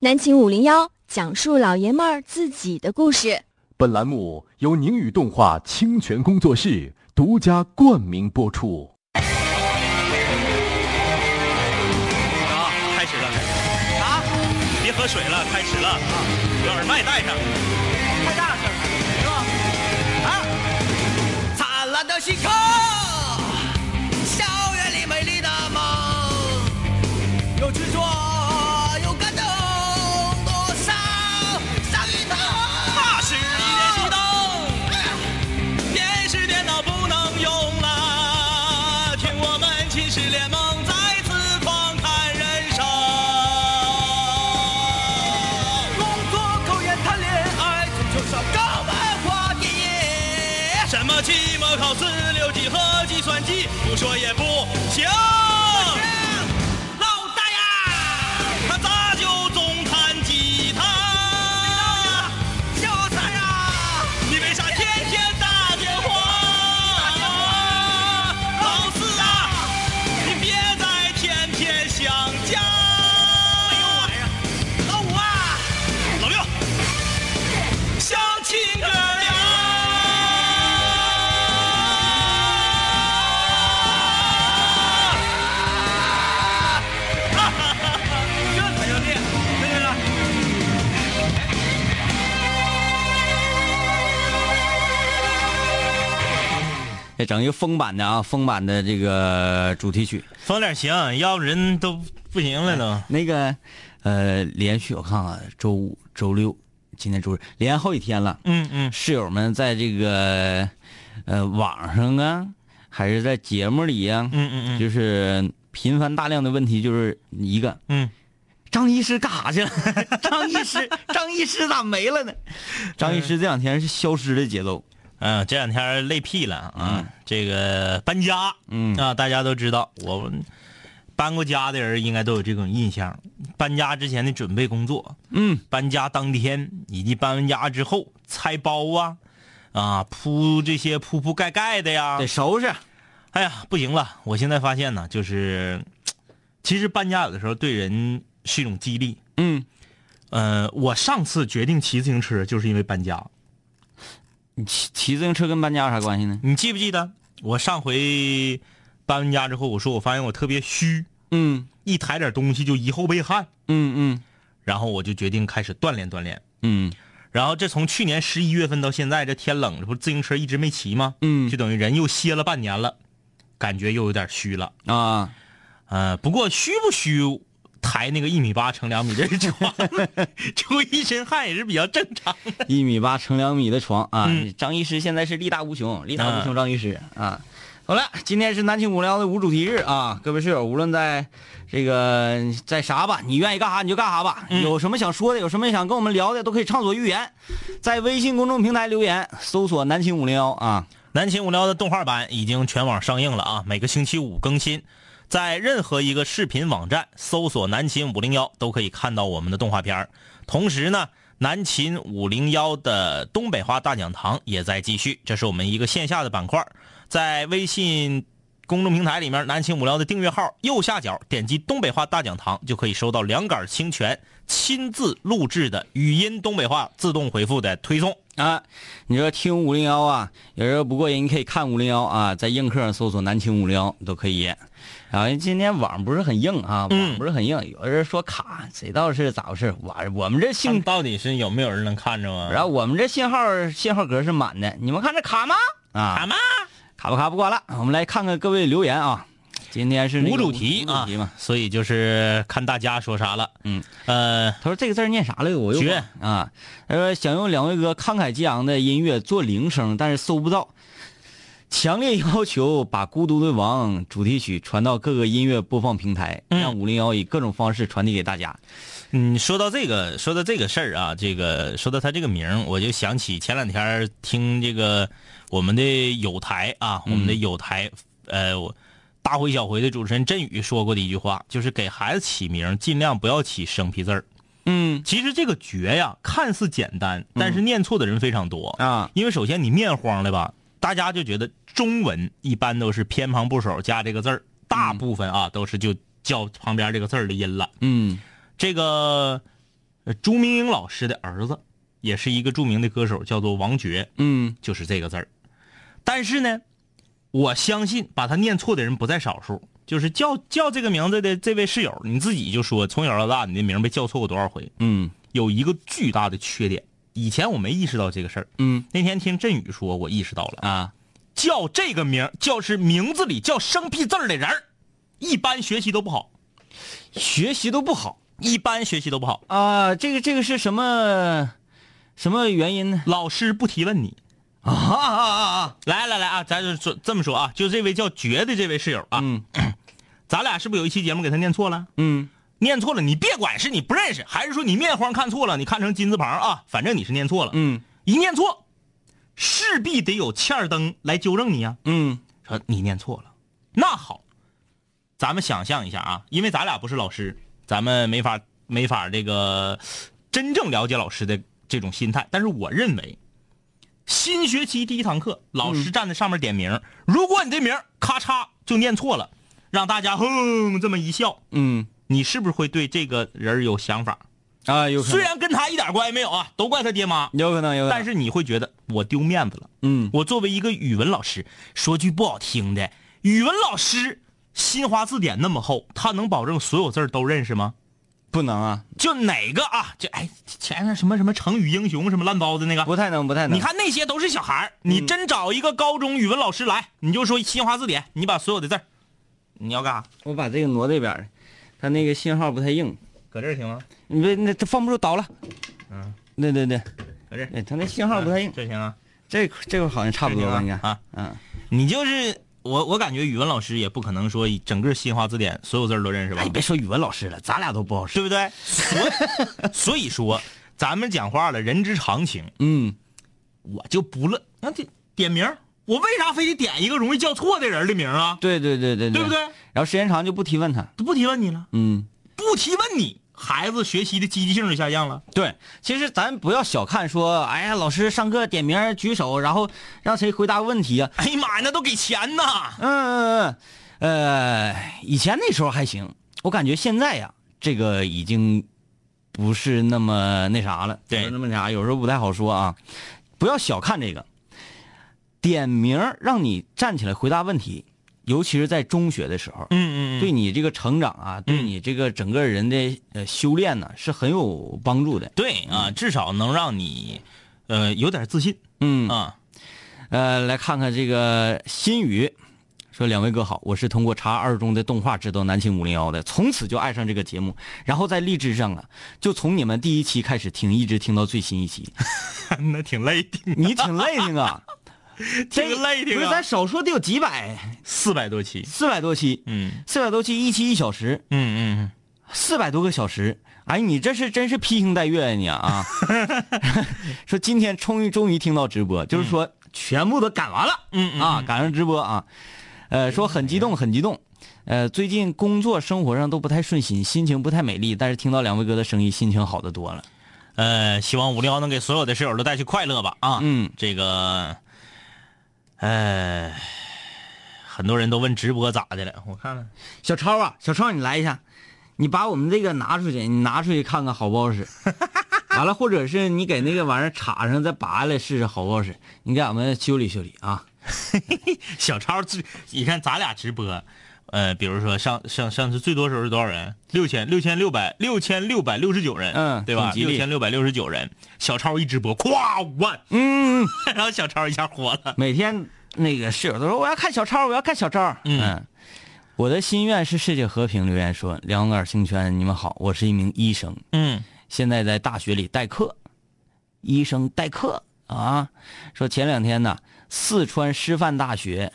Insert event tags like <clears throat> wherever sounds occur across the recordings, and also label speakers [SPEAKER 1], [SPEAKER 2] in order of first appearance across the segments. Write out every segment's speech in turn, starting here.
[SPEAKER 1] 南秦五零幺讲述老爷们儿自己的故事。
[SPEAKER 2] 本栏目由宁宇动画清泉工作室独家冠名播出。
[SPEAKER 3] 啊，开始了！啊，别喝水了，开始了！啊，把耳麦带上，太大声了，是吧？啊，灿烂的星空，校园里美丽的梦，有执着，有感动，多少少云头。那是一片激动，电视电脑不能用了，听我们秦时联盟再次狂谈人生。工作、考研、谈恋爱，追求上高文化第一。什么期末考试、六级和计算机，不说也不行。老大呀，他咋就总弹吉他？小三呀，你为啥天天打电话？老四啊，你别再天天想家。哎呦晚上，老五啊，老六，相亲哥俩。这才叫练，对不对？
[SPEAKER 4] 这整一个封版的啊，封版的这个主题曲，
[SPEAKER 3] 封点行，要不人都不行了都。
[SPEAKER 4] 那个呃，连续我看看，周五、周六，今天周日，连后几天了。
[SPEAKER 3] 嗯嗯，
[SPEAKER 4] 室友们在这个呃网上啊，还是在节目里呀、
[SPEAKER 3] 嗯嗯嗯
[SPEAKER 4] 就是频繁大量的问题就是一个，
[SPEAKER 3] 嗯，
[SPEAKER 4] 张医师干啥去了？ <laughs> 张医师，张医师咋没了呢？张医师这两天是消失的节奏，
[SPEAKER 3] 嗯，这两天累屁了啊，这个搬家，
[SPEAKER 4] 嗯
[SPEAKER 3] 啊，大家都知道，我们搬过家的人应该都有这种印象。搬家之前的准备工作，
[SPEAKER 4] 嗯，
[SPEAKER 3] 搬家当天以及搬完家之后拆包啊，啊，铺这些铺铺盖盖的呀，
[SPEAKER 4] 得收拾。
[SPEAKER 3] 哎呀，不行了！我现在发现呢，就是，其实搬家有的时候对人是一种激励。
[SPEAKER 4] 嗯，
[SPEAKER 3] 呃，我上次决定骑自行车就是因为搬家。
[SPEAKER 4] 你骑骑自行车跟搬家有啥关系呢？
[SPEAKER 3] 你记不记得我上回搬完家之后，我说我发现我特别虚，
[SPEAKER 4] 嗯
[SPEAKER 3] 一抬点东西就一后背汗，
[SPEAKER 4] 嗯嗯
[SPEAKER 3] 然后我就决定开始锻炼锻炼。
[SPEAKER 4] 嗯
[SPEAKER 3] 然后这从去年十一月份到现在，这天冷，这不自行车一直没骑吗？
[SPEAKER 4] 嗯
[SPEAKER 3] 就等于人又歇了半年了，感觉又有点虚了。
[SPEAKER 4] 啊，
[SPEAKER 3] 呃，不过虚不虚，抬那个一米八乘两米这床， <laughs> 出一身汗也是比较正常的。
[SPEAKER 4] 一米八乘两米的床啊！
[SPEAKER 3] 嗯
[SPEAKER 4] 张医师现在是力大无穷，力大无穷张医师啊。好了，今天是南青无聊的无主题日啊，各位室友，无论在这个在啥吧，你愿意干啥你就干啥吧，有什么想说的，有什么想跟我们聊的，都可以畅所欲言，在微信公众平台留言，搜索“南青五零幺”啊。
[SPEAKER 3] 南秦无聊的动画版已经全网上映了啊，每个星期五更新，在任何一个视频网站搜索“南秦五零幺”都可以看到我们的动画片儿同时呢，南秦五零幺的东北话大讲堂也在继续，这是我们一个线下的板块儿，在微信。公众平台里面，南秦五零幺的订阅号右下角点击“东北话大讲堂”，就可以收到两杆清泉亲自录制的语音东北话自动回复的推送。
[SPEAKER 4] 啊，你说听五零幺啊，有时候不过瘾，你可以看五零幺啊，在映客上搜索“南青五零幺”都可以。啊，今天网不是很硬啊，
[SPEAKER 3] 嗯
[SPEAKER 4] 网不是很硬，有人说卡，谁知道是咋回事？我我们这
[SPEAKER 3] 他们
[SPEAKER 4] 信，
[SPEAKER 3] 到底啊是有没有人能看着啊？
[SPEAKER 4] 然后我们这信号信号格是满的，你们看这卡吗？啊，
[SPEAKER 3] 妈，
[SPEAKER 4] 卡不卡不管了，我们来看看各位留言啊。今天是那个
[SPEAKER 3] 无主题
[SPEAKER 4] 无主
[SPEAKER 3] 啊
[SPEAKER 4] 题嘛？，
[SPEAKER 3] 所以就是看大家说啥了。
[SPEAKER 4] 嗯，
[SPEAKER 3] 呃，
[SPEAKER 4] 他说这个字儿念啥来着？我又
[SPEAKER 3] 绝
[SPEAKER 4] 忘了啊。他说想用两位哥慷慨激昂的音乐做铃声，但是搜不到。强烈要求把《孤独的王》主题曲传到各个音乐播放平台，
[SPEAKER 3] 嗯
[SPEAKER 4] 让五零幺以各种方式传递给大家。
[SPEAKER 3] 嗯，说到这个，说到这个事儿啊，这个说到他这个名儿，我就想起前两天儿听这个我们的有台啊，
[SPEAKER 4] 嗯
[SPEAKER 3] 我们的有台，呃，我大回小回的主持人振宇说过的一句话，就是给孩子起名儿尽量不要起生僻字儿。
[SPEAKER 4] 嗯
[SPEAKER 3] 其实这个“绝”呀，看似简单，但是念错的人非常多。
[SPEAKER 4] 啊，
[SPEAKER 3] 因为首先你面荒了吧，大家就觉得中文一般都是偏旁部首加这个字儿，大部分啊、都是就叫旁边这个字儿的音了。
[SPEAKER 4] 嗯
[SPEAKER 3] 这个呃朱明英老师的儿子，也是一个著名的歌手，叫做王珏，
[SPEAKER 4] 嗯
[SPEAKER 3] 就是这个字儿。但是呢，我相信把他念错的人不在少数。就是叫叫这个名字的这位室友，你自己就说，从小到大你的名被叫错过多少回？
[SPEAKER 4] 嗯
[SPEAKER 3] 有一个巨大的缺点，以前我没意识到这个事儿。
[SPEAKER 4] 嗯
[SPEAKER 3] 那天听振宇说，我意识到了。
[SPEAKER 4] 啊，
[SPEAKER 3] 叫这个名儿，叫是名字里叫生僻字儿的人儿，一般学习都不好，
[SPEAKER 4] 学习都不好
[SPEAKER 3] 一般学习都不好。
[SPEAKER 4] 啊，这个这个是什么什么原因呢？
[SPEAKER 3] 老师不提问你。
[SPEAKER 4] 嗯啊啊啊啊！
[SPEAKER 3] 来来来啊，咱就说这么说啊，就这位叫绝的这位室友啊，
[SPEAKER 4] 嗯
[SPEAKER 3] <clears throat> 咱俩是不是有一期节目给他念错了？
[SPEAKER 4] 嗯
[SPEAKER 3] 念错了，你别管是你不认识，还是说你面黄看错了，你看成金字旁啊，反正你是念错了。
[SPEAKER 4] 嗯
[SPEAKER 3] 一念错，势必得有欠儿灯来纠正你啊。
[SPEAKER 4] 嗯
[SPEAKER 3] 说你念错了，那好，咱们想象一下啊，因为咱俩不是老师，咱们没法没法这个真正了解老师的这种心态。但是我认为，新学期第一堂课，老师站在上面点名，如果你这名儿咔嚓就念错了，让大家哼这么一笑，
[SPEAKER 4] 嗯
[SPEAKER 3] 你是不是会对这个人儿有想法？
[SPEAKER 4] 啊，有可
[SPEAKER 3] 虽
[SPEAKER 4] 能，
[SPEAKER 3] 然跟他一点关系没有啊，都怪他爹妈，
[SPEAKER 4] 有可能，有可能，
[SPEAKER 3] 但是你会觉得我丢面子了。
[SPEAKER 4] 嗯
[SPEAKER 3] 我作为一个语文老师，说句不好听的，语文老师新华字典那么厚，他能保证所有字儿都认识吗？
[SPEAKER 4] 不能啊，
[SPEAKER 3] 就哪个啊？就哎，前面什么什么成语英雄什么乱糟的那个，
[SPEAKER 4] 不太能，不太能。
[SPEAKER 3] 你看那些都是小孩儿。嗯你真找一个高中语文老师来，你就说新华字典，你把所有的字儿，你要干啥？
[SPEAKER 4] 我把这个挪这边儿，它那个信号不太硬。
[SPEAKER 3] 搁这儿行吗？
[SPEAKER 4] 你别，那它放不住，倒了。
[SPEAKER 3] 嗯，
[SPEAKER 4] 对对对，
[SPEAKER 3] 搁这儿啊
[SPEAKER 4] 哎，它那信号不太硬。
[SPEAKER 3] 这行啊。
[SPEAKER 4] 这这块好像差不多吧？应该
[SPEAKER 3] 啊，
[SPEAKER 4] 嗯，
[SPEAKER 3] 你就是我，我感觉语文老师也不可能说整个新华字典所有字儿都认识吧？
[SPEAKER 4] 哎，你别说语文老师了，咱俩都不好使。
[SPEAKER 3] 对不对？所以 <laughs> 所以说，咱们讲话了，人之常情，
[SPEAKER 4] 嗯，
[SPEAKER 3] 我就不论那点点名儿，我为啥非得点一个容易叫错的人的名儿啊？
[SPEAKER 4] 对对对对
[SPEAKER 3] 对不对？？
[SPEAKER 4] 然后时间长就不提问他。
[SPEAKER 3] 都不提问你了，
[SPEAKER 4] 嗯，
[SPEAKER 3] 不提问你，孩子学习的积极性就下降了。
[SPEAKER 4] 对，其实咱不要小看说，哎呀，老师上课点名儿举手，然后让谁回答问题啊？
[SPEAKER 3] 哎呀妈呀，那都给钱呐！
[SPEAKER 4] 嗯嗯嗯，呃，以前那时候还行，我感觉现在呀，这个已经不是那么那啥了，
[SPEAKER 3] 对
[SPEAKER 4] 不是那么啥，有时候不太好说啊。不要小看这个，点名儿让你站起来回答问题，尤其是在中学的时候，
[SPEAKER 3] 嗯
[SPEAKER 4] 对你这个成长啊，对你这个整个人的呃修炼呢、是很有帮助的。
[SPEAKER 3] 对啊，至少能让你，呃，有点自信
[SPEAKER 4] 嗯
[SPEAKER 3] 啊。 <laughs>
[SPEAKER 4] 呃，来看看这个新宇，说两位哥好，我是通过查二中的动画知道南青五零幺的，从此就爱上这个节目，然后在荔枝上啊，就从你们第一期开始听，一直听到最新
[SPEAKER 3] <laughs>
[SPEAKER 4] 一期，
[SPEAKER 3] 那挺累的，
[SPEAKER 4] 你挺累挺啊，这
[SPEAKER 3] <laughs> 挺累挺
[SPEAKER 4] 不是
[SPEAKER 3] 啊
[SPEAKER 4] 咱。少说得有几百，
[SPEAKER 3] 四百多期，
[SPEAKER 4] 四百多期，
[SPEAKER 3] 嗯
[SPEAKER 4] 四百多期，一期一小时，
[SPEAKER 3] 嗯嗯
[SPEAKER 4] 四百多个小时，哎，你这是真是披星戴月呀、你啊 <laughs> 啊！说今天终于终于听到直播，就是说全部都赶完了，
[SPEAKER 3] 嗯嗯
[SPEAKER 4] 啊，赶上直播啊，呃，说很激动很激动，呃，最近工作生活上都不太顺心，心情不太美丽，但是听到两位哥的声音，心情好的多了。
[SPEAKER 3] 呃，希望五零幺能给所有的室友都带去快乐吧啊！
[SPEAKER 4] 嗯，
[SPEAKER 3] 这个，呃，很多人都问直播咋的了，我看看，
[SPEAKER 4] 小超啊，小超你来一下，你把我们这个拿出去，你拿出去看看好不好 <laughs> 使。完了，或者是你给那个玩意儿插上，再拔下来试试好不好使。你给俺们修理修理啊。
[SPEAKER 3] 小超最，你看咱俩直播，呃，比如说上上上次最多时候是多少人？六千六千六百六千六百六十九人，
[SPEAKER 4] 嗯
[SPEAKER 3] 对吧？
[SPEAKER 4] 挺吉
[SPEAKER 3] 六
[SPEAKER 4] 利
[SPEAKER 3] 千六百六十九人，小超一直播，咵五 <laughs> 万，
[SPEAKER 4] 嗯。
[SPEAKER 3] 然后小超一下火了，
[SPEAKER 4] 每天那个室友都说我要看小超，我要看小超。
[SPEAKER 3] 嗯
[SPEAKER 4] 我的心愿是世界和平。留言说：“两杆星圈，你们好，我是一名医生，
[SPEAKER 3] 嗯
[SPEAKER 4] 现在在大学里代课，医生代课啊。说前两天呢，四川师范大学，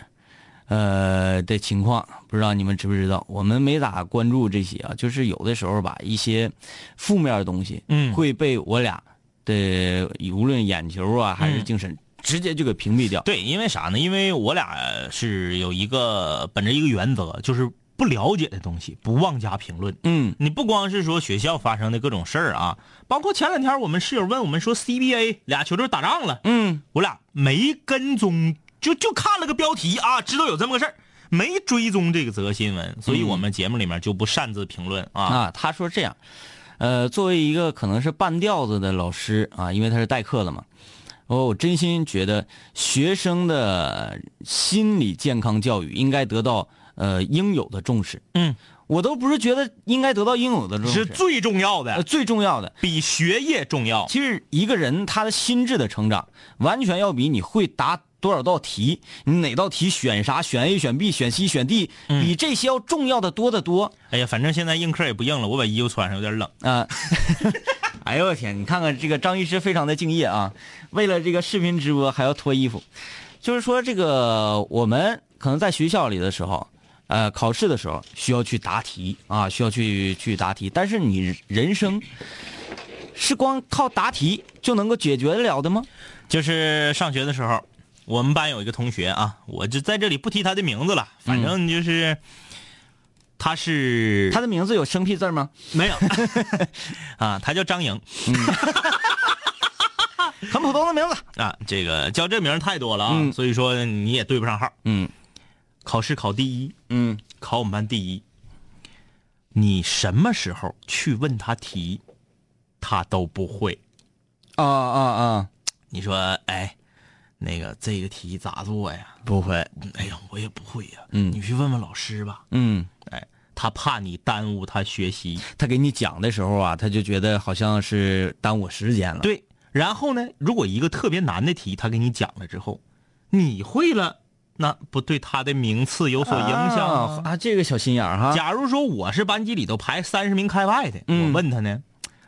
[SPEAKER 4] 呃的情况，不知道你们知不知道？我们没咋关注这些啊，就是有的时候吧，一些负面的东西，
[SPEAKER 3] 嗯
[SPEAKER 4] 会被我俩的无论眼球啊还是
[SPEAKER 3] 嗯
[SPEAKER 4] 精神，直接就给屏蔽掉。
[SPEAKER 3] 对，因为啥呢？因为我俩是有一个本着一个原则，就是不了解的东西不妄加评论。
[SPEAKER 4] 嗯
[SPEAKER 3] 你不光是说学校发生的各种事儿啊，包括前两天我们室友问我们说 CBA 俩球队打仗了，
[SPEAKER 4] 嗯
[SPEAKER 3] 我俩没跟踪，就就看了个标题啊，知道有这么个事儿，没嗯追踪这个则新闻，所以我们节目里面就不擅自评论啊。
[SPEAKER 4] 啊，他说这样，呃，作为一个可能是半吊子的老师啊，因为他是代课的嘛，哦，我真心觉得学生的心理健康教育应该得到呃应有的重视。
[SPEAKER 3] 嗯，
[SPEAKER 4] 我都不是觉得应该得到应有的重视，
[SPEAKER 3] 是最重要的
[SPEAKER 4] 呃，最重要的。
[SPEAKER 3] 比学业重要。
[SPEAKER 4] 其实一个人他的心智的成长，完全要比你会答多少道题，你哪道题选啥，选 A 选 B 选 C 选 D，、比这些要重要的多得多。
[SPEAKER 3] 哎呀，反正现在硬课也不硬了，我把衣服穿上，有点冷。
[SPEAKER 4] 啊、 <laughs> 哎呦我天！你看看这个张医师非常的敬业啊，为了这个视频直播还要脱衣服，就是说这个我们可能在学校里的时候，呃，考试的时候需要去答题啊，需要去去答题，但是你人生是光靠答题就能够解决得了的吗？
[SPEAKER 3] 就是上学的时候，我们班有一个同学啊，我就在这里不提他的名字了，反正就是、嗯他是
[SPEAKER 4] 他的名字有生僻字儿吗？
[SPEAKER 3] 没有 <laughs> 啊，他叫张莹
[SPEAKER 4] 很普通的名字。
[SPEAKER 3] 啊，这个叫这名儿太多了啊，
[SPEAKER 4] 嗯
[SPEAKER 3] 所以说你也对不上号。
[SPEAKER 4] 嗯
[SPEAKER 3] 考试考第一，
[SPEAKER 4] 嗯，
[SPEAKER 3] 考我们班第一，你什么时候去问他题，他都不会。
[SPEAKER 4] 啊啊啊！
[SPEAKER 3] 你说，哎，那个这个题咋做呀？
[SPEAKER 4] 不会。
[SPEAKER 3] 哎呀，我也不会呀。
[SPEAKER 4] 嗯
[SPEAKER 3] 你去问问老师吧。
[SPEAKER 4] 嗯，
[SPEAKER 3] 哎，他怕你耽误他学习。
[SPEAKER 4] 他给你讲的时候啊，他就觉得好像是耽误我时间了。
[SPEAKER 3] 对，然后呢，如果一个特别难的题，他给你讲了之后，你会了，那不对他的名次有所影响啊。
[SPEAKER 4] 啊啊，这个小心眼儿哈。
[SPEAKER 3] 假如说我是班级里头排三十名开外的，
[SPEAKER 4] 嗯
[SPEAKER 3] 我问他呢，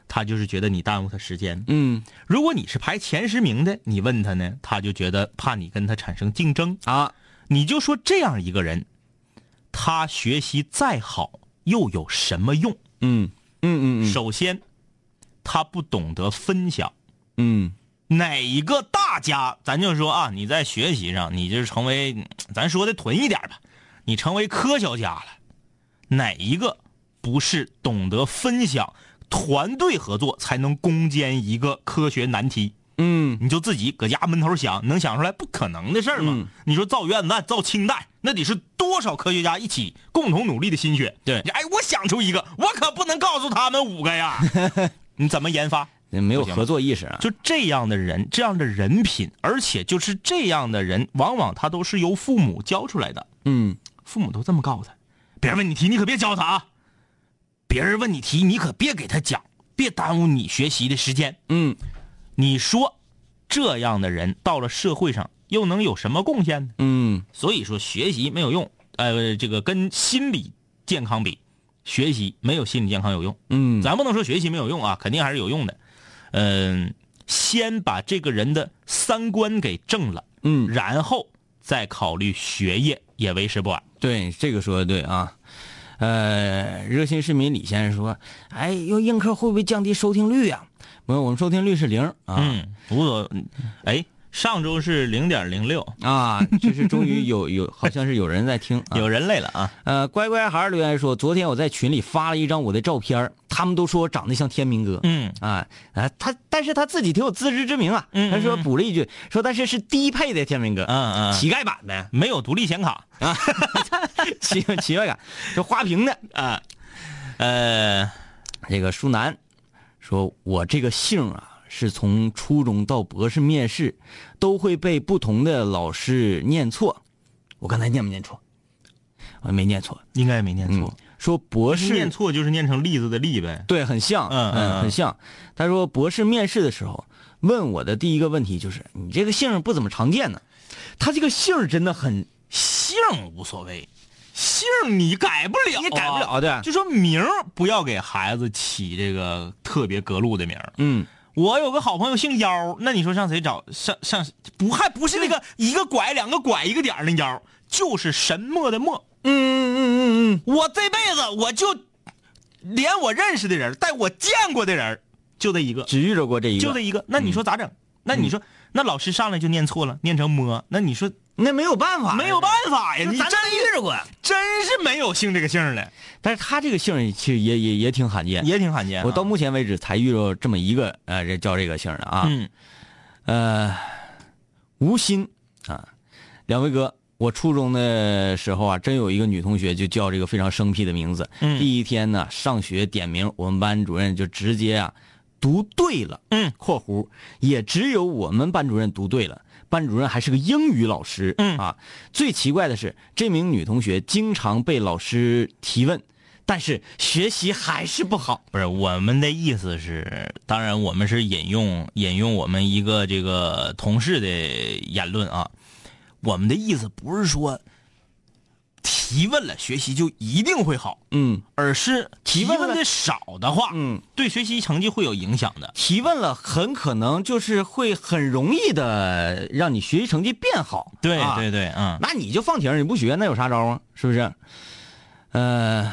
[SPEAKER 3] 他就是觉得你耽误他时间。
[SPEAKER 4] 嗯
[SPEAKER 3] 如果你是排前十名的，你问他呢，他就觉得怕你跟他产生竞争。
[SPEAKER 4] 啊，
[SPEAKER 3] 你就说这样一个人，他学习再好又有什么用？
[SPEAKER 4] 嗯嗯嗯
[SPEAKER 3] 首先，他不懂得分享。
[SPEAKER 4] 嗯
[SPEAKER 3] 哪一个大家，咱就说啊，你在学习上，你就是成为，嗯咱说的囤一点吧，你成为科学家了，哪一个不是懂得分享、团队合作才能攻坚一个科学难题？
[SPEAKER 4] 嗯
[SPEAKER 3] 你就自己搁家闷头想，能想出来不可能的事儿吗？
[SPEAKER 4] 嗯
[SPEAKER 3] 你说造原子弹、造氢弹，那得是多少科学家一起共同努力的心血？
[SPEAKER 4] 对
[SPEAKER 3] 你哎，我想出一个，我可不能告诉他们五个
[SPEAKER 4] <laughs>
[SPEAKER 3] 呀，你怎么研发？
[SPEAKER 4] 嗯，没有合作意识啊。
[SPEAKER 3] 就这样的人，这样的人品，而且就是这样的人，往往他都是由父母教出来的，
[SPEAKER 4] 嗯
[SPEAKER 3] 父母都这么告诉他：别人问你题，你可别教他啊；别人问你题，你可别给他讲，别耽误你学习的时间。
[SPEAKER 4] 嗯
[SPEAKER 3] 你说这样的人到了社会上又能有什么贡献呢？
[SPEAKER 4] 嗯
[SPEAKER 3] 所以说学习没有用，呃，这个跟心理健康比，学习没有心理健康有用。
[SPEAKER 4] 嗯
[SPEAKER 3] 咱不能说学习没有用啊，肯定还是有用的。嗯，先把这个人的三观给正了，
[SPEAKER 4] 嗯，
[SPEAKER 3] 然后再考虑学业也为时不晚。
[SPEAKER 4] 对，这个说的对啊。呃，热心市民李先生说：“哎，用映客会不会降低收听率呀、没有，我们收听率是零啊。
[SPEAKER 3] 嗯，无所，哎，上周是零点零六，
[SPEAKER 4] 啊，就是终于有有，好像是有人在听、啊。
[SPEAKER 3] 有人累了啊。
[SPEAKER 4] 呃，乖乖孩儿留言说，昨天我在群里发了一张我的照片儿，他们都说我长得像天明哥。
[SPEAKER 3] 嗯，
[SPEAKER 4] 啊啊，他但是他自己挺有自知之明啊，
[SPEAKER 3] 嗯
[SPEAKER 4] 他说补了一句，说但是是低配的天明哥，
[SPEAKER 3] 嗯嗯
[SPEAKER 4] 乞丐版的，
[SPEAKER 3] 没有独立显卡。
[SPEAKER 4] 乞 <laughs> 乞丐感，就花瓶的
[SPEAKER 3] 嗯
[SPEAKER 4] 啊。嗯
[SPEAKER 3] 呃，
[SPEAKER 4] 这个舒楠说，我这个姓啊，是从初中到博士面试，都会被不同的老师念错。我刚才念没念错？我没念错，
[SPEAKER 3] 应该没念
[SPEAKER 4] 嗯
[SPEAKER 3] 错，，
[SPEAKER 4] 说博士
[SPEAKER 3] 念错就是念成栗子的栗呗。
[SPEAKER 4] 对，很像，
[SPEAKER 3] 嗯嗯嗯
[SPEAKER 4] 很像。他说博士面试的时候问我的第一个问题就是，你这个姓儿不怎么常见呢。他这个姓儿真的很，
[SPEAKER 3] 姓无所谓，姓你改不了、啊，
[SPEAKER 4] 也改不了的。
[SPEAKER 3] 就说名儿不要给孩子起这个特别格路的名儿。
[SPEAKER 4] 嗯，
[SPEAKER 3] 我有个好朋友姓妖，那你说上谁找？上上不还不是那个一个拐两个拐一个点儿那妖，就是神墨的墨。嗯嗯嗯嗯嗯，我这辈子我就连我认识的人，带我见过的人，就这一个，
[SPEAKER 4] 只遇着过这一个，嗯
[SPEAKER 3] 就这一个。那你说咋整？那你说，那老师上来就念错了，念成摸，那你说
[SPEAKER 4] 那没有办法，
[SPEAKER 3] 没有办法呀？
[SPEAKER 4] 那
[SPEAKER 3] 你
[SPEAKER 4] 咱
[SPEAKER 3] 真
[SPEAKER 4] 没遇着过。
[SPEAKER 3] 真是没有姓这个姓的，
[SPEAKER 4] 但是他这个姓儿其实也也也挺罕见。
[SPEAKER 3] 也挺罕见啊。
[SPEAKER 4] 我到目前为止才遇着这么一个，呃，这叫这个姓儿的啊。
[SPEAKER 3] 嗯
[SPEAKER 4] 呃，吴昕啊，两位哥，我初中的时候啊，真有一个女同学就叫这个非常生僻的名字。
[SPEAKER 3] 嗯
[SPEAKER 4] 第一天呢，上学点名，我们班主任就直接啊读对了。
[SPEAKER 3] 嗯，
[SPEAKER 4] 括弧也只有我们班主任读对了。班主任还是个英语老师。
[SPEAKER 3] 嗯
[SPEAKER 4] 啊，最奇怪的是，这名女同学经常被老师提问，但是学习还是不好。
[SPEAKER 3] 不是我们的意思是，当然我们是引用引用我们一个这个同事的言论啊，我们的意思不是说提问了学习就一定会好，
[SPEAKER 4] 嗯，
[SPEAKER 3] 而是提
[SPEAKER 4] 问了
[SPEAKER 3] 的少的话，
[SPEAKER 4] 嗯，
[SPEAKER 3] 对学习成绩会有影响的。
[SPEAKER 4] 提问了，很可能就是会很容易的让你学习成绩变好。
[SPEAKER 3] 对、
[SPEAKER 4] 啊
[SPEAKER 3] 对对，嗯，
[SPEAKER 4] 那你就放停儿，你不学，那有啥招啊？是不是？呃，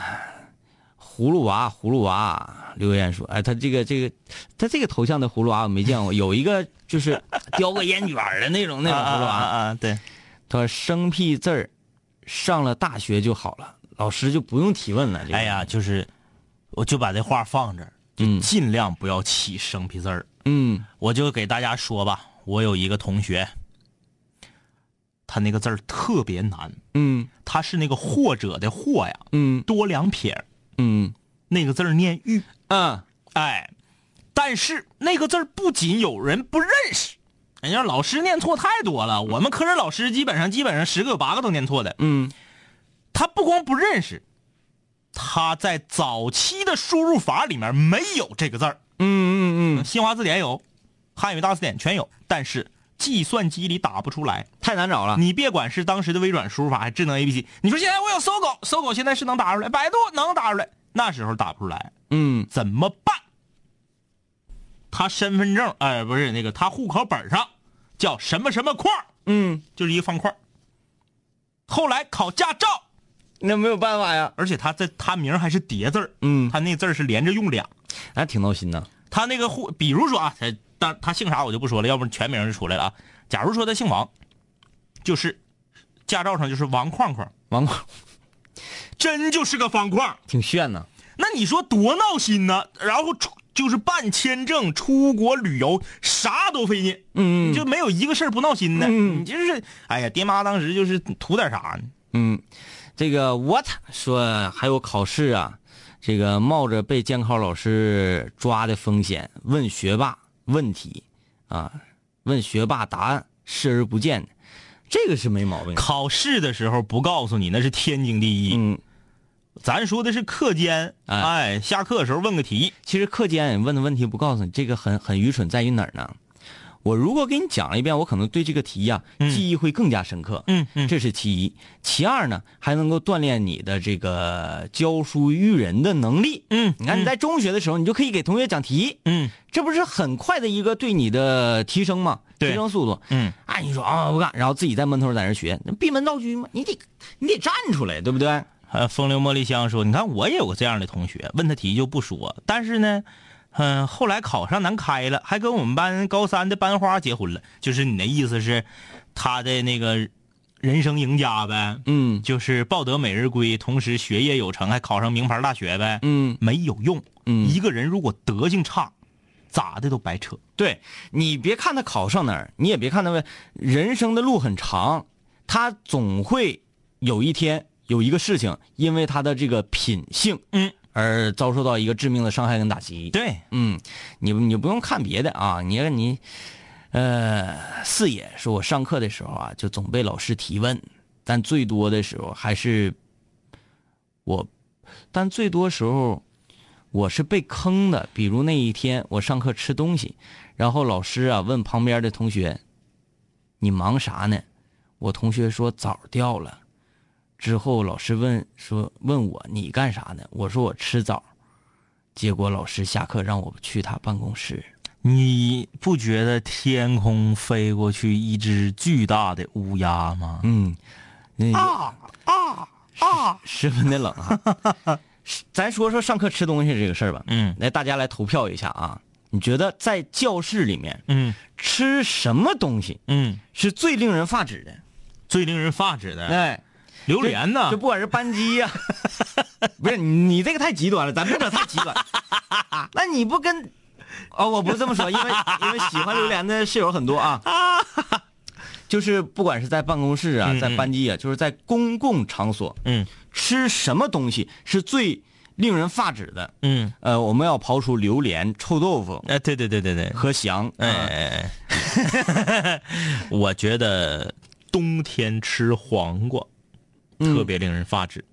[SPEAKER 4] 葫芦娃，葫芦娃留言说，哎，他这个这个，他这个头像的葫芦娃我没见过，有一个就是叼个烟卷儿的那种那种葫
[SPEAKER 3] 啊
[SPEAKER 4] 芦娃。
[SPEAKER 3] 啊啊，对，
[SPEAKER 4] 他说生僻字儿，上了大学就好了，老师就不用提问了。这个、
[SPEAKER 3] 哎，呀，就是我就把这话放这儿，
[SPEAKER 4] 嗯
[SPEAKER 3] 尽量不要起生僻字儿。
[SPEAKER 4] 嗯
[SPEAKER 3] 我就给大家说吧，我有一个同学，他那个字儿特别难，
[SPEAKER 4] 嗯
[SPEAKER 3] 他是那个或者的或呀，
[SPEAKER 4] 嗯
[SPEAKER 3] 多两撇儿，
[SPEAKER 4] 嗯
[SPEAKER 3] 那个字儿念玉，
[SPEAKER 4] 啊
[SPEAKER 3] 哎，但是那个字儿不仅有人不认识，人家老师念错太多了，我们科任老师基本上基本上十个有八个都念错的，
[SPEAKER 4] 嗯
[SPEAKER 3] 他不光不认识，他在早期的输入法里面没有这个字儿。
[SPEAKER 4] 嗯嗯嗯，
[SPEAKER 3] 新华字典有，汉语大词典全有，但是计算机里打不出来。
[SPEAKER 4] 太难找了。
[SPEAKER 3] 你别管是当时的微软输入法还是智能 APP，你说现在我有搜狗，搜狗现在是能打出来，百度能打出来，那时候打不出来，
[SPEAKER 4] 嗯
[SPEAKER 3] 怎么办？他身份证，哎、不是那个，他户口本上叫什么什么框，
[SPEAKER 4] 嗯，
[SPEAKER 3] 就是一个方块。后来考驾照，
[SPEAKER 4] 那没有办法呀。
[SPEAKER 3] 而且他在他名还是叠字儿，
[SPEAKER 4] 嗯
[SPEAKER 3] 他那字儿是连着用俩，
[SPEAKER 4] 那挺闹心的。
[SPEAKER 3] 他那个户，比如说啊，他当他姓啥我就不说了，要不然全名就出来了啊。假如说他姓王，就是驾照上就是王框框，
[SPEAKER 4] 王广
[SPEAKER 3] 真就是个方框。
[SPEAKER 4] 挺炫呢。
[SPEAKER 3] 那你说多闹心呢？然后出就是办签证、出国旅游，啥都费劲，
[SPEAKER 4] 嗯
[SPEAKER 3] 你就没有一个事儿不闹心的。
[SPEAKER 4] 嗯
[SPEAKER 3] 你就是，哎呀，爹妈当时就是图点啥呢？
[SPEAKER 4] 嗯，这个 what 说还有考试啊，这个冒着被监考老师抓的风险问学霸问题啊，问学霸答案视而不见，这个是没毛病。
[SPEAKER 3] 考试的时候不告诉你，那是天经地义。
[SPEAKER 4] 嗯，
[SPEAKER 3] 咱说的是课间，
[SPEAKER 4] 哎
[SPEAKER 3] 哎，下课的时候问个题，
[SPEAKER 4] 其实课间问的问题不告诉你，这个很很愚蠢，在于哪儿呢？我如果给你讲了一遍，我可能对这个题呀、
[SPEAKER 3] 嗯
[SPEAKER 4] 记忆会更加深刻。
[SPEAKER 3] 嗯嗯
[SPEAKER 4] 这是其一。其二呢，还能够锻炼你的这个教书育人的能力。
[SPEAKER 3] 嗯
[SPEAKER 4] 你看你在中学的时候，你就可以给同学讲题，
[SPEAKER 3] 嗯
[SPEAKER 4] 这不是很快的一个对你的提升吗？
[SPEAKER 3] 对
[SPEAKER 4] 提升速度。
[SPEAKER 3] 嗯，
[SPEAKER 4] 哎，你说啊，不干，然后自己在闷头在那学，那闭门造车嘛，你得你得站出来，对不对？
[SPEAKER 3] 还有呃风流茉莉香说，你看我也有个这样的同学，问他题就不说，但是呢，嗯、后来考上南开了，还跟我们班高三的班花结婚了。就是你的意思是，他的那个人生赢家呗，
[SPEAKER 4] 嗯
[SPEAKER 3] 就是抱得美人归，同时学业有成，还考上名牌大学呗。
[SPEAKER 4] 嗯，
[SPEAKER 3] 没有用，
[SPEAKER 4] 嗯
[SPEAKER 3] 一个人如果德行差，咋的都白扯。
[SPEAKER 4] 对你别看他考上哪儿，你也别看他人生的路很长，他总会有一天有一个事情，因为他的这个品性，
[SPEAKER 3] 嗯，
[SPEAKER 4] 而遭受到一个致命的伤害跟打击。
[SPEAKER 3] 对，
[SPEAKER 4] 嗯，你你不用看别的啊，你你，呃，四野说我上课的时候啊，就总被老师提问，但最多的时候还是我，但最多时候我是被坑的。比如那一天我上课吃东西，然后老师啊问旁边的同学：“你忙啥呢？”我同学说枣掉了。之后老师问说问我你干啥呢？我说我吃枣。结果老师下课让我去他办公室。
[SPEAKER 3] 你不觉得天空飞过去一只巨大的乌鸦吗？
[SPEAKER 4] 嗯，啊啊啊！十分的冷啊。 <laughs> 是咱说说上课吃东西这个事儿吧。
[SPEAKER 3] 嗯
[SPEAKER 4] 来，大家来投票一下啊！你觉得在教室里面
[SPEAKER 3] 嗯
[SPEAKER 4] 吃什么东西
[SPEAKER 3] 嗯，
[SPEAKER 4] 是最令人发指的？
[SPEAKER 3] 最令人发指的
[SPEAKER 4] 哎，
[SPEAKER 3] 榴莲呢
[SPEAKER 4] 就？不管是班
[SPEAKER 3] <laughs>
[SPEAKER 4] 级呀、不是你这个太极端了，咱别整太
[SPEAKER 3] <laughs>
[SPEAKER 4] 极端。那你不跟
[SPEAKER 3] <laughs>
[SPEAKER 4] 哦，我不是这么说，因为因为喜欢榴莲的室友很多啊。就是不管是在办公室啊，
[SPEAKER 3] 嗯嗯
[SPEAKER 4] 在班级啊，就是在公共场所，
[SPEAKER 3] 嗯
[SPEAKER 4] 吃什么东西是最令人发指的？
[SPEAKER 3] 嗯，
[SPEAKER 4] 呃，我们要刨除榴莲、臭豆腐
[SPEAKER 3] 哎，对对对对
[SPEAKER 4] <laughs>
[SPEAKER 3] 对，
[SPEAKER 4] 和翔，
[SPEAKER 3] 哎
[SPEAKER 4] 呃
[SPEAKER 3] 哎哎，我觉得冬天吃黄瓜
[SPEAKER 4] 嗯
[SPEAKER 3] 特别令人发指，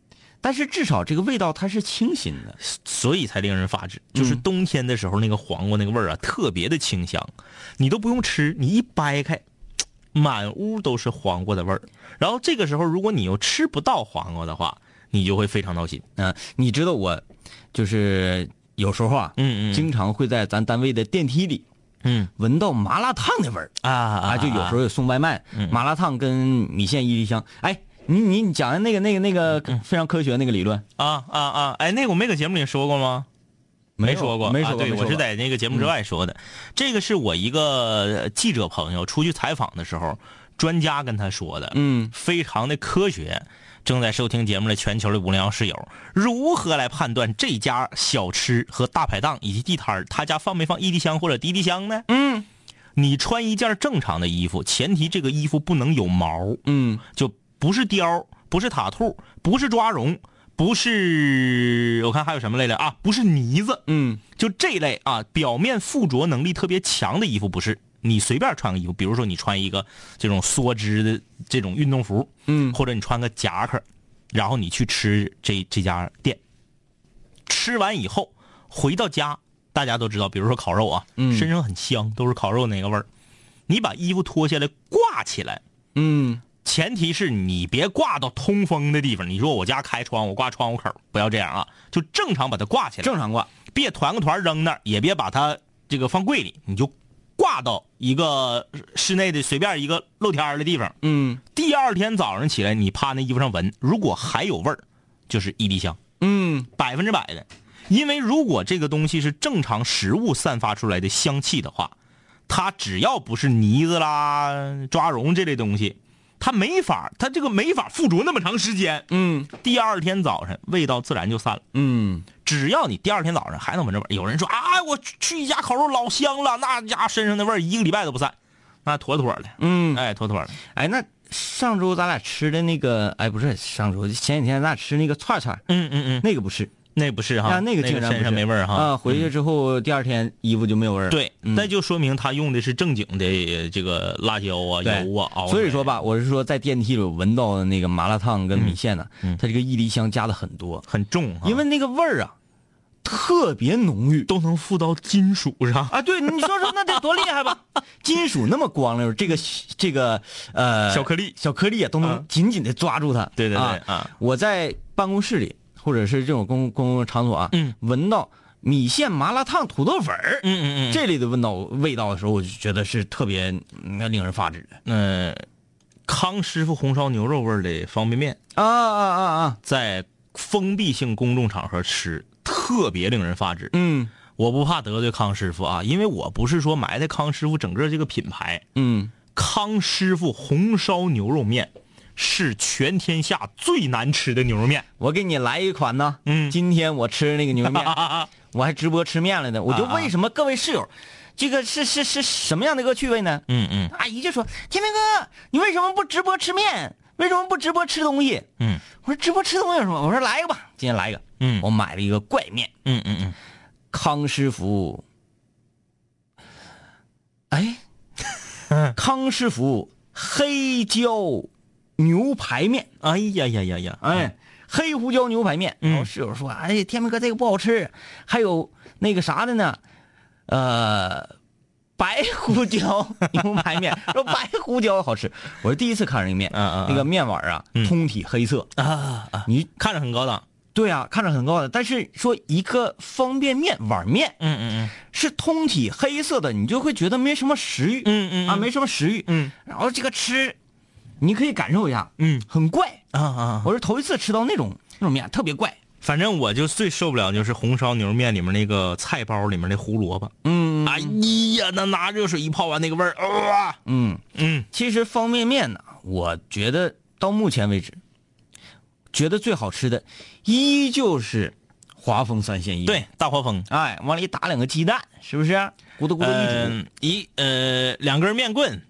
[SPEAKER 4] 但是至少这个味道它是清新的。
[SPEAKER 3] 所以才令人发指。
[SPEAKER 4] 嗯
[SPEAKER 3] 就是冬天的时候，那个黄瓜那个味儿啊，特别的清香，你都不用吃，你一掰开，满屋都是黄瓜的味儿。然后这个时候，如果你又吃不到黄瓜的话，你就会非常闹心。
[SPEAKER 4] 嗯、你知道我就是有时候啊，
[SPEAKER 3] 嗯嗯
[SPEAKER 4] 经常会在咱单位的电梯里
[SPEAKER 3] 嗯
[SPEAKER 4] 闻到麻辣烫的味儿
[SPEAKER 3] 啊
[SPEAKER 4] 啊，
[SPEAKER 3] 啊嗯
[SPEAKER 4] 就有时候有送外卖，麻辣烫跟米线一粒香。哎，你你你讲的那个那个那个
[SPEAKER 3] 嗯
[SPEAKER 4] 非常科学那个理论，
[SPEAKER 3] 啊啊啊！哎，那个我没搁节目里说过吗？没
[SPEAKER 4] 有
[SPEAKER 3] 说过，
[SPEAKER 4] 没说
[SPEAKER 3] 啊、
[SPEAKER 4] 过，
[SPEAKER 3] 对
[SPEAKER 4] 没说
[SPEAKER 3] 我是
[SPEAKER 4] 过嗯
[SPEAKER 3] 在那个节目之外说的。这个是我一个呃记者朋友出去采访的时候，专家跟他说的，
[SPEAKER 4] 嗯，
[SPEAKER 3] 非常的科学。正在收听节目的全球的无聊室友，如何来判断这家小吃和大排档以及地摊儿，他家放没放一滴香或者滴滴香呢？嗯，你穿一件正常的衣服，前提这个衣服不能有毛，
[SPEAKER 4] 嗯
[SPEAKER 3] 就不是貂，不是塔兔，不是抓绒，不是我看还有什么类的啊，不是呢子，
[SPEAKER 4] 嗯
[SPEAKER 3] 就这类啊，表面附着能力特别强的衣服不是。你随便穿个衣服，比如说你穿一个这种梭织的这种运动服，
[SPEAKER 4] 嗯
[SPEAKER 3] 或者你穿个夹克，然后你去吃这这家店，吃完以后回到家，大家都知道，比如说烤肉啊，
[SPEAKER 4] 嗯
[SPEAKER 3] 身上很香，都是烤肉那个味儿。你把衣服脱下来挂起来，
[SPEAKER 4] 嗯
[SPEAKER 3] 前提是你别挂到通风的地方。你说我家开窗，我挂窗户口，不要这样啊，就正常把它挂起来，
[SPEAKER 4] 正常挂，
[SPEAKER 3] 别团个团扔那儿，也别把它这个放柜里，你就挂到一个室内的随便一个露天儿的地方。
[SPEAKER 4] 嗯
[SPEAKER 3] 第二天早上起来，你趴那衣服上闻，如果还有味儿，就是一滴香，
[SPEAKER 4] 嗯
[SPEAKER 3] 百分之百的。因为如果这个东西是正常食物散发出来的香气的话，它只要不是泥子啦、抓绒这类东西，它没法，它这个没法附着那么长时间。
[SPEAKER 4] 嗯
[SPEAKER 3] 第二天早晨，味道自然就散了。
[SPEAKER 4] 嗯
[SPEAKER 3] 只要你第二天早上还能闻着味儿，有人说啊，我去去一家烤肉老香了，那家身上的味儿一个礼拜都不散，那妥妥的，
[SPEAKER 4] 嗯，
[SPEAKER 3] 哎，妥妥的，
[SPEAKER 4] 哎，那上周咱俩吃的那个，哎，不是上周，前几天咱俩吃那个串串，
[SPEAKER 3] 嗯嗯嗯，
[SPEAKER 4] 那个不是，
[SPEAKER 3] 那不是哈，
[SPEAKER 4] 啊，那个竟然
[SPEAKER 3] 身
[SPEAKER 4] 不
[SPEAKER 3] 上
[SPEAKER 4] 是
[SPEAKER 3] 没味儿哈，嗯
[SPEAKER 4] 啊，回去之后第二天衣服就没有味儿了，
[SPEAKER 3] 对，
[SPEAKER 4] 嗯
[SPEAKER 3] 那就说明他用的是正经的这个辣椒啊、
[SPEAKER 4] 对
[SPEAKER 3] 油啊熬。
[SPEAKER 4] 所以说，吧，我是说在电梯里闻到的那个麻辣烫跟米线呢，它这个一粒香加的很多，
[SPEAKER 3] 很重哈，
[SPEAKER 4] 因为那个味儿啊特别浓郁
[SPEAKER 3] 都能附到金属上。
[SPEAKER 4] 啊。对，你说说那得多厉害吧？ <laughs> 金属那么光溜，这个这个呃
[SPEAKER 3] 小颗粒
[SPEAKER 4] 小颗粒啊都
[SPEAKER 3] 啊
[SPEAKER 4] 能紧紧的抓住它。
[SPEAKER 3] 对对对
[SPEAKER 4] 啊，
[SPEAKER 3] 啊，
[SPEAKER 4] 我在办公室里或者是这种公公共场所啊，
[SPEAKER 3] 嗯
[SPEAKER 4] 闻到米线、麻辣烫、土豆粉儿。
[SPEAKER 3] 嗯嗯嗯，
[SPEAKER 4] 这类的味道味道的时候，我就觉得是特别嗯令人发指的
[SPEAKER 3] 嗯、呃，康师傅红烧牛肉味儿的方便面，
[SPEAKER 4] 啊啊啊啊！
[SPEAKER 3] 在封闭性公众场合吃，特别令人发指。
[SPEAKER 4] 嗯
[SPEAKER 3] 我不怕得罪康师傅啊，因为我不是说埋汰康师傅整个这个品牌，
[SPEAKER 4] 嗯，
[SPEAKER 3] 康师傅红烧牛肉面是全天下最难吃的牛肉面。
[SPEAKER 4] 我给你来一款呢。
[SPEAKER 3] 嗯
[SPEAKER 4] 今天我吃那个
[SPEAKER 3] <laughs>
[SPEAKER 4] 牛肉面，
[SPEAKER 3] 啊
[SPEAKER 4] 我还直播吃面了呢。我就
[SPEAKER 3] 啊啊
[SPEAKER 4] 为什么各位室友，这个是是是什么样的一个趣味呢？
[SPEAKER 3] 嗯嗯
[SPEAKER 4] 阿姨就说：“天明哥，你为什么不直播吃面？为什么不直播吃东西
[SPEAKER 3] 嗯？”
[SPEAKER 4] 我说：“直播吃东西有什么？”我说：“来一个吧，今天来一个。”
[SPEAKER 3] 嗯
[SPEAKER 4] 我买了一个怪面，
[SPEAKER 3] 嗯嗯嗯，
[SPEAKER 4] 康师傅。哎，
[SPEAKER 3] <laughs>
[SPEAKER 4] 康师傅黑椒牛排面。
[SPEAKER 3] 哎呀呀呀呀，
[SPEAKER 4] 哎，黑胡椒牛排面。
[SPEAKER 3] 嗯
[SPEAKER 4] 然后室友说：“哎，天明哥这个不好吃。”还有那个啥的呢，呃，白胡椒牛
[SPEAKER 3] <laughs>
[SPEAKER 4] 排面，说白胡椒好吃。我是第一次看这个面，
[SPEAKER 3] 嗯嗯嗯
[SPEAKER 4] 那个面碗啊，
[SPEAKER 3] 嗯
[SPEAKER 4] 通体黑色。
[SPEAKER 3] 啊啊，
[SPEAKER 4] 你
[SPEAKER 3] 看着很高档，
[SPEAKER 4] 对啊，看着很高的，但是说一个方便面碗面
[SPEAKER 3] 嗯嗯
[SPEAKER 4] 是通体黑色的，你就会觉得没什么食欲，
[SPEAKER 3] 嗯嗯嗯
[SPEAKER 4] 啊，没什么食欲，
[SPEAKER 3] 嗯，
[SPEAKER 4] 然后这个吃，你可以感受一下，
[SPEAKER 3] 嗯
[SPEAKER 4] 很怪，
[SPEAKER 3] 啊啊，
[SPEAKER 4] 我是头一次吃到那种那种面，特别怪，
[SPEAKER 3] 反正我就最受不了就是红烧牛肉面里面那个菜包里面的胡萝卜，
[SPEAKER 4] 嗯
[SPEAKER 3] 哎呀，那拿热水一泡完那个味儿，啊，
[SPEAKER 4] 嗯，
[SPEAKER 3] 嗯，
[SPEAKER 4] 其实方便面呢，我觉得到目前为止，觉得最好吃的依旧是华丰三鲜一。，
[SPEAKER 3] 对，大黄蜂，
[SPEAKER 4] 哎，往
[SPEAKER 3] 嗯
[SPEAKER 4] 里打两个鸡蛋，是不是？咕嘟咕嘟一煮。
[SPEAKER 3] 嗯，一呃两根面棍，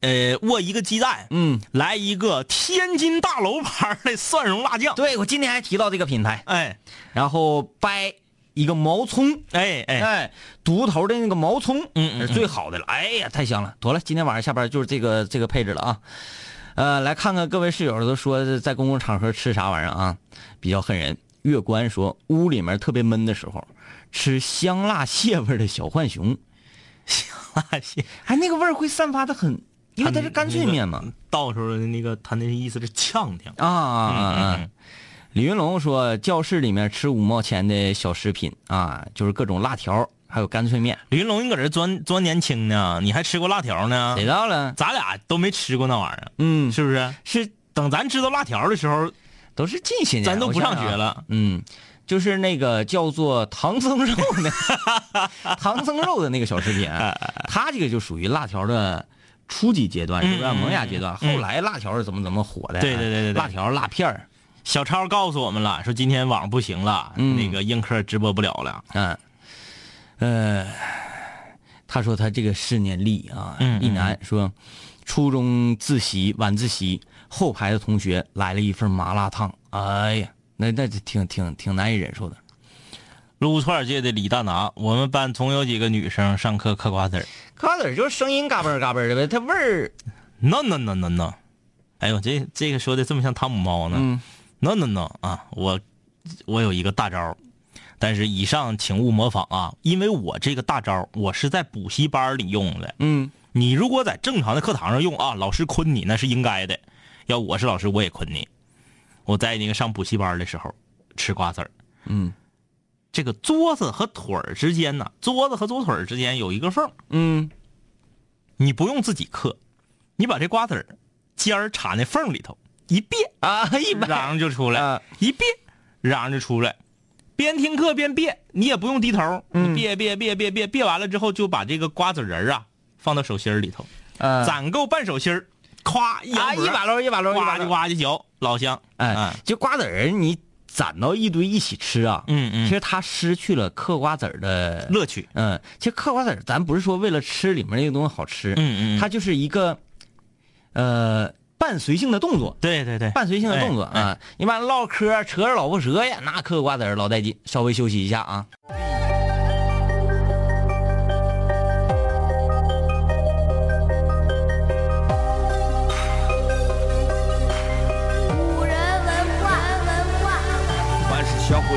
[SPEAKER 3] 呃握一个鸡蛋，
[SPEAKER 4] 嗯，
[SPEAKER 3] 来一个天津大楼牌的蒜蓉辣酱，
[SPEAKER 4] 对我今天还提到这个品牌，
[SPEAKER 3] 哎
[SPEAKER 4] 然后掰一个毛葱，
[SPEAKER 3] 哎哎，
[SPEAKER 4] 哎，独头的那个毛葱，
[SPEAKER 3] 嗯嗯
[SPEAKER 4] 是最好的了。哎呀，太香了！妥了，今天晚上下班就是这个这个配置了啊。呃，来看看各位室友都说在公共场合吃啥玩意儿啊，比较恨人。月关说屋里面特别闷的时候，吃香辣蟹味儿的小浣熊，
[SPEAKER 3] <laughs> 辣蟹，
[SPEAKER 4] 哎，那个味儿会散发的很，因为它是干脆面嘛。
[SPEAKER 3] 到时候那个他那意思是呛呛，
[SPEAKER 4] 啊啊啊！啊
[SPEAKER 3] 嗯嗯嗯
[SPEAKER 4] 李云龙说，教室里面吃五毛钱的小食品啊，就是各种辣条，还有干脆面。
[SPEAKER 3] 李云龙，你搁这钻钻年轻呢？你还吃过辣条呢
[SPEAKER 4] 谁？到了？
[SPEAKER 3] 咱俩都没吃过那玩意儿，
[SPEAKER 4] 嗯，
[SPEAKER 3] 是不是？
[SPEAKER 4] 是
[SPEAKER 3] 等咱知道辣条的时候，
[SPEAKER 4] 都是近些年，
[SPEAKER 3] 咱都
[SPEAKER 4] 我
[SPEAKER 3] 不
[SPEAKER 4] 想
[SPEAKER 3] 上
[SPEAKER 4] 想啊
[SPEAKER 3] 学了。
[SPEAKER 4] 嗯，就是那个叫做唐僧肉的 <laughs> 唐僧肉的那个小食品，啊
[SPEAKER 3] <laughs>
[SPEAKER 4] 它这个就属于辣条的初级阶段，是不是
[SPEAKER 3] 嗯嗯
[SPEAKER 4] 萌芽阶段？
[SPEAKER 3] 嗯
[SPEAKER 4] 后来辣条是怎么怎么火的？
[SPEAKER 3] 对对对对对
[SPEAKER 4] 辣条、辣片儿，
[SPEAKER 3] 小超告诉我们了，说今天网不行了，
[SPEAKER 4] 嗯
[SPEAKER 3] 那个映客直播不了了。
[SPEAKER 4] 嗯，呃，他说他这个是念力啊，
[SPEAKER 3] 嗯嗯
[SPEAKER 4] 一男说，初中自习晚自习后排的同学来了一份麻辣烫，哎呀，那那挺挺挺难以忍受的。
[SPEAKER 3] 撸串界的李大拿，我们班总有几个女生上课嗑瓜子儿。
[SPEAKER 4] 瓜子就是声音嘎嘣嘎嘣的呗，它味儿
[SPEAKER 3] No no no no no，哎呦，这这个说的这么像汤姆猫呢。
[SPEAKER 4] 嗯
[SPEAKER 3] No no no 啊，我我有一个大招儿，但是以上请勿模仿啊，因为我这个大招儿我是在补习班里用的。
[SPEAKER 4] 嗯。
[SPEAKER 3] 你如果在正常的课堂上用啊，老师坤你那是应该的。要我是老师，我也坤你。我在那个上补习班的时候吃瓜子儿，
[SPEAKER 4] 嗯
[SPEAKER 3] 这个桌子和腿儿之间呢，桌子和桌腿儿之间有一个缝儿，
[SPEAKER 4] 嗯
[SPEAKER 3] 你不用自己嗑，你把这瓜子儿尖儿插那缝儿里头一别，
[SPEAKER 4] 啊，一
[SPEAKER 3] 瓤
[SPEAKER 4] 百
[SPEAKER 3] 儿就出来，
[SPEAKER 4] 啊
[SPEAKER 3] 一别瓤儿就出来。边听课边别，你也不用低头，
[SPEAKER 4] 嗯
[SPEAKER 3] 你别别别别别别完了之后，就把这个瓜子仁儿啊放到手心儿里头，
[SPEAKER 4] 啊
[SPEAKER 3] 攒够半手心儿，咵一
[SPEAKER 4] 啊
[SPEAKER 3] 扬脖
[SPEAKER 4] 一把喽一把喽一把
[SPEAKER 3] 呱嗯唧
[SPEAKER 4] 喽，
[SPEAKER 3] 呱唧嚼，老香。
[SPEAKER 4] 哎，就瓜子儿你攒到一堆一起吃啊，
[SPEAKER 3] 嗯嗯
[SPEAKER 4] 其实它失去了嗑瓜子儿的
[SPEAKER 3] 乐趣。
[SPEAKER 4] 嗯，其实嗑瓜子儿咱不是说为了吃里面那个东西好吃，
[SPEAKER 3] 嗯嗯嗯
[SPEAKER 4] 它就是一个呃伴随性的动作。
[SPEAKER 3] 对对对，
[SPEAKER 4] 伴随性的动作
[SPEAKER 3] 哎哎
[SPEAKER 4] 啊，一般唠嗑、扯着老婆舌呀，那嗑瓜子儿老带劲。稍微休息一下啊。
[SPEAKER 5] 古人文化，文化。
[SPEAKER 6] 凡是想毁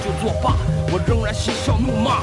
[SPEAKER 6] 就作罢，我仍然嬉笑怒骂，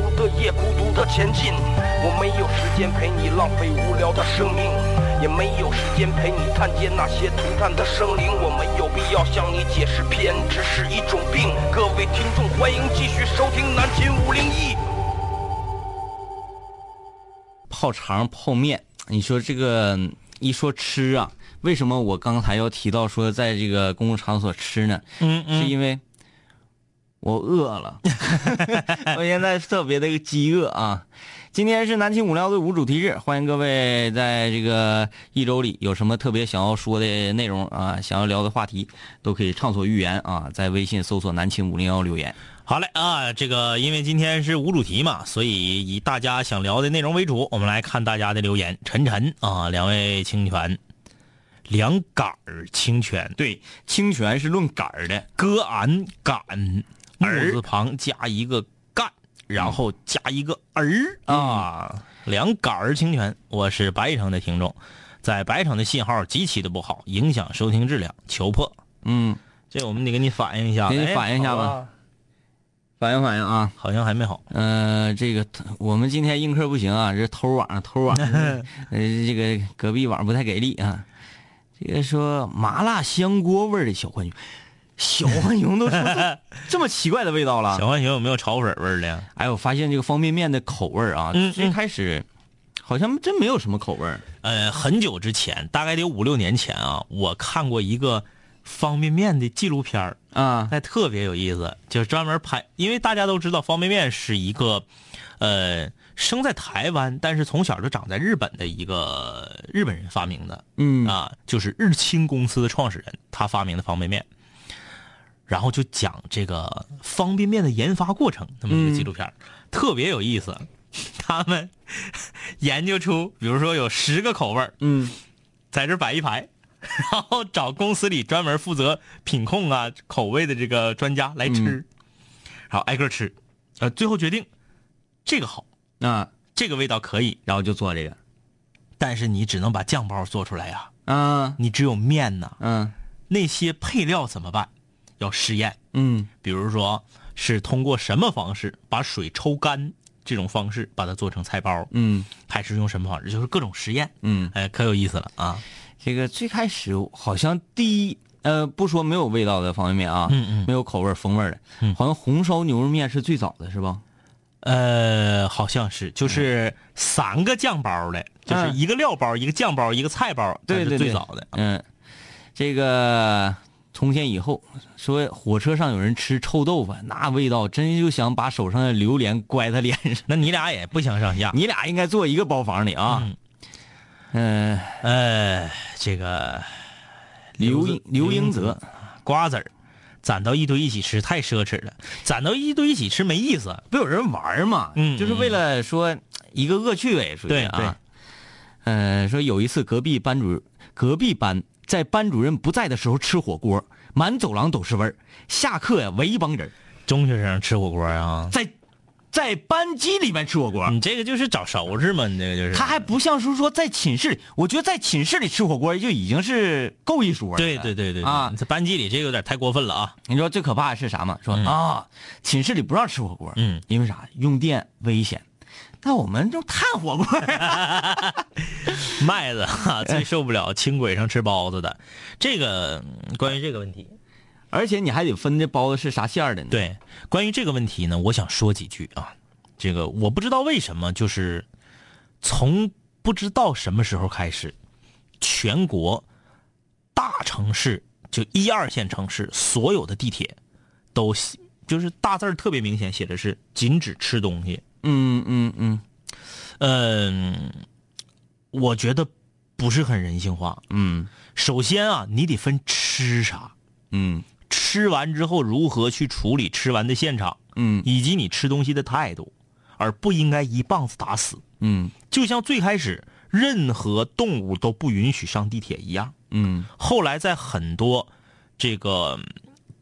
[SPEAKER 6] 的夜，孤独的前进。我没有时间陪你浪费无聊的生命，也没有时间陪你探街那些涂炭的生灵。我没有必要向你解释偏执是一种病。各位听众，欢迎继续收听南秦五零一。
[SPEAKER 4] 泡肠、泡面，你说这个嗯一说吃啊，为什么我刚才要提到说在这个公共场所吃呢？
[SPEAKER 3] 嗯
[SPEAKER 4] 是因为我饿了，
[SPEAKER 3] <laughs>
[SPEAKER 4] 我现在特别的饥饿啊。今天是南青五聊的无主题日，欢迎各位在这个一周里有什么特别想要说的内容啊，想要聊的话题，都可以畅所欲言啊，在微信搜索“南青五零幺”留言。
[SPEAKER 3] 好嘞啊，这个因为今天是无主题嘛，所以以大家想聊的内容为主。我们来看大家的留言。晨晨啊，两位清泉，两杆儿清泉，
[SPEAKER 4] 对，清泉是论杆儿的，
[SPEAKER 3] 割俺杆，
[SPEAKER 4] 儿
[SPEAKER 3] 木字旁加一个干，然后
[SPEAKER 4] 嗯
[SPEAKER 3] 加一个儿、啊，两杆儿清泉。我是白城的听众，在白城的信号极其的不好，影响收听质量，求破。
[SPEAKER 4] 嗯，
[SPEAKER 3] 这我们得给你反映一下，
[SPEAKER 4] 给你
[SPEAKER 3] 哎
[SPEAKER 4] 反映一下吧
[SPEAKER 3] 好啊
[SPEAKER 4] 反映反映啊。
[SPEAKER 3] 好像还没好。
[SPEAKER 4] 呃，这个我们今天映客不行啊，这偷网偷
[SPEAKER 3] <laughs>
[SPEAKER 4] 网，呃，这个隔壁网不太给力啊。这个说麻辣香锅味儿的小浣熊，小浣熊都出这这么奇怪的味道了。
[SPEAKER 3] 小浣熊有没有炒粉味儿的呀？
[SPEAKER 4] 哎，我发现这个方便面的口味儿啊，
[SPEAKER 3] 嗯
[SPEAKER 4] 最开始好像真没有什么口味儿。
[SPEAKER 3] 呃，很久之前，大概得有五六年前啊，我看过一个方便面的纪录片儿，
[SPEAKER 4] 啊，
[SPEAKER 3] 那特别有意思，就是专门拍，因为大家都知道方便面是一个，呃，生在台湾，但是从小就长在日本的一个日本人发明的，
[SPEAKER 4] 嗯
[SPEAKER 3] 啊，就是日清公司的创始人他发明的方便面，然后就讲这个方便面的研发过程，那么一个纪录片儿、
[SPEAKER 4] 嗯
[SPEAKER 3] 特别有意思。 <laughs> 他们研究出，比如说有十个口味儿，
[SPEAKER 4] 嗯，
[SPEAKER 3] 在这儿摆一排， <laughs> 然后找公司里专门负责品控啊口味的这个专家来
[SPEAKER 4] 嗯
[SPEAKER 3] 吃，然后挨个吃，呃，最后决定这个好，
[SPEAKER 4] 啊，
[SPEAKER 3] 这个味道可以，
[SPEAKER 4] 然后就做这个，
[SPEAKER 3] 但是你只能把酱包做出来呀、
[SPEAKER 4] 啊，
[SPEAKER 3] 你只有面呐、
[SPEAKER 4] 嗯
[SPEAKER 3] 那些配料怎么办？要试验，
[SPEAKER 4] 嗯
[SPEAKER 3] 比如说是通过什么方式把水抽干这种方式把它做成菜包，
[SPEAKER 4] 嗯
[SPEAKER 3] 还是用什么方式？就是各种实验，
[SPEAKER 4] 嗯，
[SPEAKER 3] 哎，可有意思了啊！
[SPEAKER 4] 这个最开始好像第一，呃，不说没有味道的方便面啊，
[SPEAKER 3] 嗯嗯
[SPEAKER 4] 没有口味儿风味儿的，
[SPEAKER 3] 嗯
[SPEAKER 4] 好像红烧牛肉面是最早的是吧？
[SPEAKER 3] 呃，好像是，就是三个酱包的，就是
[SPEAKER 4] 嗯
[SPEAKER 3] 一个料包、一个酱包、一个菜包，
[SPEAKER 4] 对
[SPEAKER 3] 这
[SPEAKER 4] 对
[SPEAKER 3] 是最
[SPEAKER 4] 对，
[SPEAKER 3] 早的。
[SPEAKER 4] 嗯，这个从前以后，说火车上有人吃臭豆腐，那味道真就想把手上的榴莲乖他脸上。
[SPEAKER 3] 那你俩也不相上下。
[SPEAKER 4] 你俩应该坐一个包房里啊。嗯，呃，
[SPEAKER 3] 呃，这个
[SPEAKER 4] 刘英刘英
[SPEAKER 3] 刘英
[SPEAKER 4] 泽，
[SPEAKER 3] 瓜子儿攒到一堆一起吃太奢侈了，攒到一堆一起吃没意思。
[SPEAKER 4] 不有人玩儿嘛，
[SPEAKER 3] 嗯
[SPEAKER 4] 就是为了说一个恶趣味，属于
[SPEAKER 3] 对
[SPEAKER 4] 啊。
[SPEAKER 3] 对
[SPEAKER 4] 呃，说有一次隔壁班主隔壁班在班主任不在的时候吃火锅，满走廊都是味儿。下课呀，围一帮人儿
[SPEAKER 3] 中学生吃火锅啊，
[SPEAKER 4] 在在班级里面吃火锅，
[SPEAKER 3] 你这个就是找收拾嘛，你这个就是。
[SPEAKER 4] 他还不像是说在寝室里，我觉得在寝室里吃火锅就已经是够一说了。
[SPEAKER 3] 对对对对
[SPEAKER 4] 啊
[SPEAKER 3] 你在班级里这个有点太过分了啊！
[SPEAKER 4] 你知道最可怕的是啥吗？说、
[SPEAKER 3] 嗯
[SPEAKER 4] 啊，寝室里不让吃火锅，
[SPEAKER 3] 嗯，
[SPEAKER 4] 因为啥？用电危险。但我们就炭火锅啊，
[SPEAKER 3] 麦 <laughs> 子哈最啊受不了轻轨上吃包子的，这个嗯关于这个问题，
[SPEAKER 4] 而且你还得分这包子是啥馅儿的呢。，
[SPEAKER 3] 对，关于这个问题呢，我想说几句啊。这个我不知道为什么，就是从不知道什么时候开始，全国大城市就一二线城市所有的地铁都写就是大字儿特别明显写的是禁止吃东西。
[SPEAKER 4] 嗯嗯嗯
[SPEAKER 3] 嗯，我觉得不是很人性化。
[SPEAKER 4] 嗯
[SPEAKER 3] 首先啊，你得分吃啥，
[SPEAKER 4] 嗯
[SPEAKER 3] 吃完之后如何去处理吃完的现场，
[SPEAKER 4] 嗯
[SPEAKER 3] 以及你吃东西的态度，而不应该一棒子打死。
[SPEAKER 4] 嗯
[SPEAKER 3] 就像最开始任何动物都不允许上地铁一样，
[SPEAKER 4] 嗯
[SPEAKER 3] 后来在很多这个嗯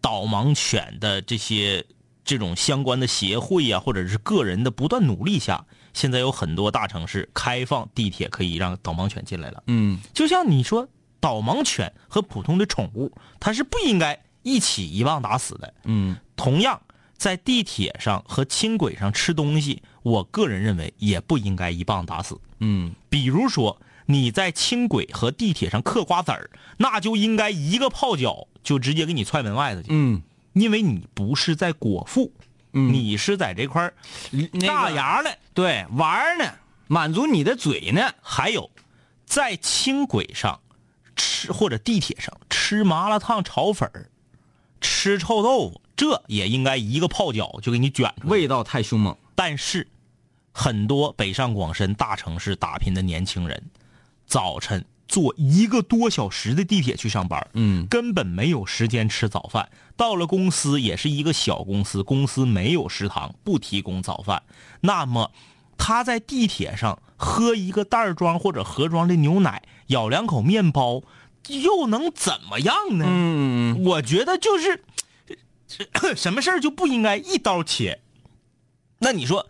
[SPEAKER 3] 导盲犬的这些这种相关的协会呀、或者是个人的不断努力下，现在有很多大城市开放地铁可以让导盲犬进来了。
[SPEAKER 4] 嗯
[SPEAKER 3] 就像你说，导盲犬和普通的宠物，它是不应该一起一棒打死的。
[SPEAKER 4] 嗯
[SPEAKER 3] 同样，在地铁上和轻轨上吃东西，我个人认为也不应该一棒打死。
[SPEAKER 4] 嗯
[SPEAKER 3] 比如说，你在轻轨和地铁上嗑瓜子儿，那就应该一个泡脚就直接给你踹门外头去，
[SPEAKER 4] 嗯
[SPEAKER 3] 因为你不是在果腹，
[SPEAKER 4] 嗯
[SPEAKER 3] 你是在这块儿
[SPEAKER 4] 那个
[SPEAKER 3] 大牙呢。
[SPEAKER 4] 对，玩儿呢，满足你的嘴呢。
[SPEAKER 3] 还有，在轻轨上吃或者地铁上吃麻辣烫、炒粉儿，吃臭豆腐，这也应该一个泡脚就给你卷出来。
[SPEAKER 4] 味道太凶猛。
[SPEAKER 3] 但是，很多北上广深大城市打拼的年轻人，早晨坐一个多小时的地铁去上班，
[SPEAKER 4] 嗯
[SPEAKER 3] 根本没有时间吃早饭。到了公司也是一个小公司，公司没有食堂，不提供早饭。那么，他在地铁上喝一个袋儿装或者盒装的牛奶，咬两口面包，又能怎么样呢？
[SPEAKER 4] 嗯
[SPEAKER 3] 我觉得就是 <coughs> 咳什么事儿就不应该一刀切。那你说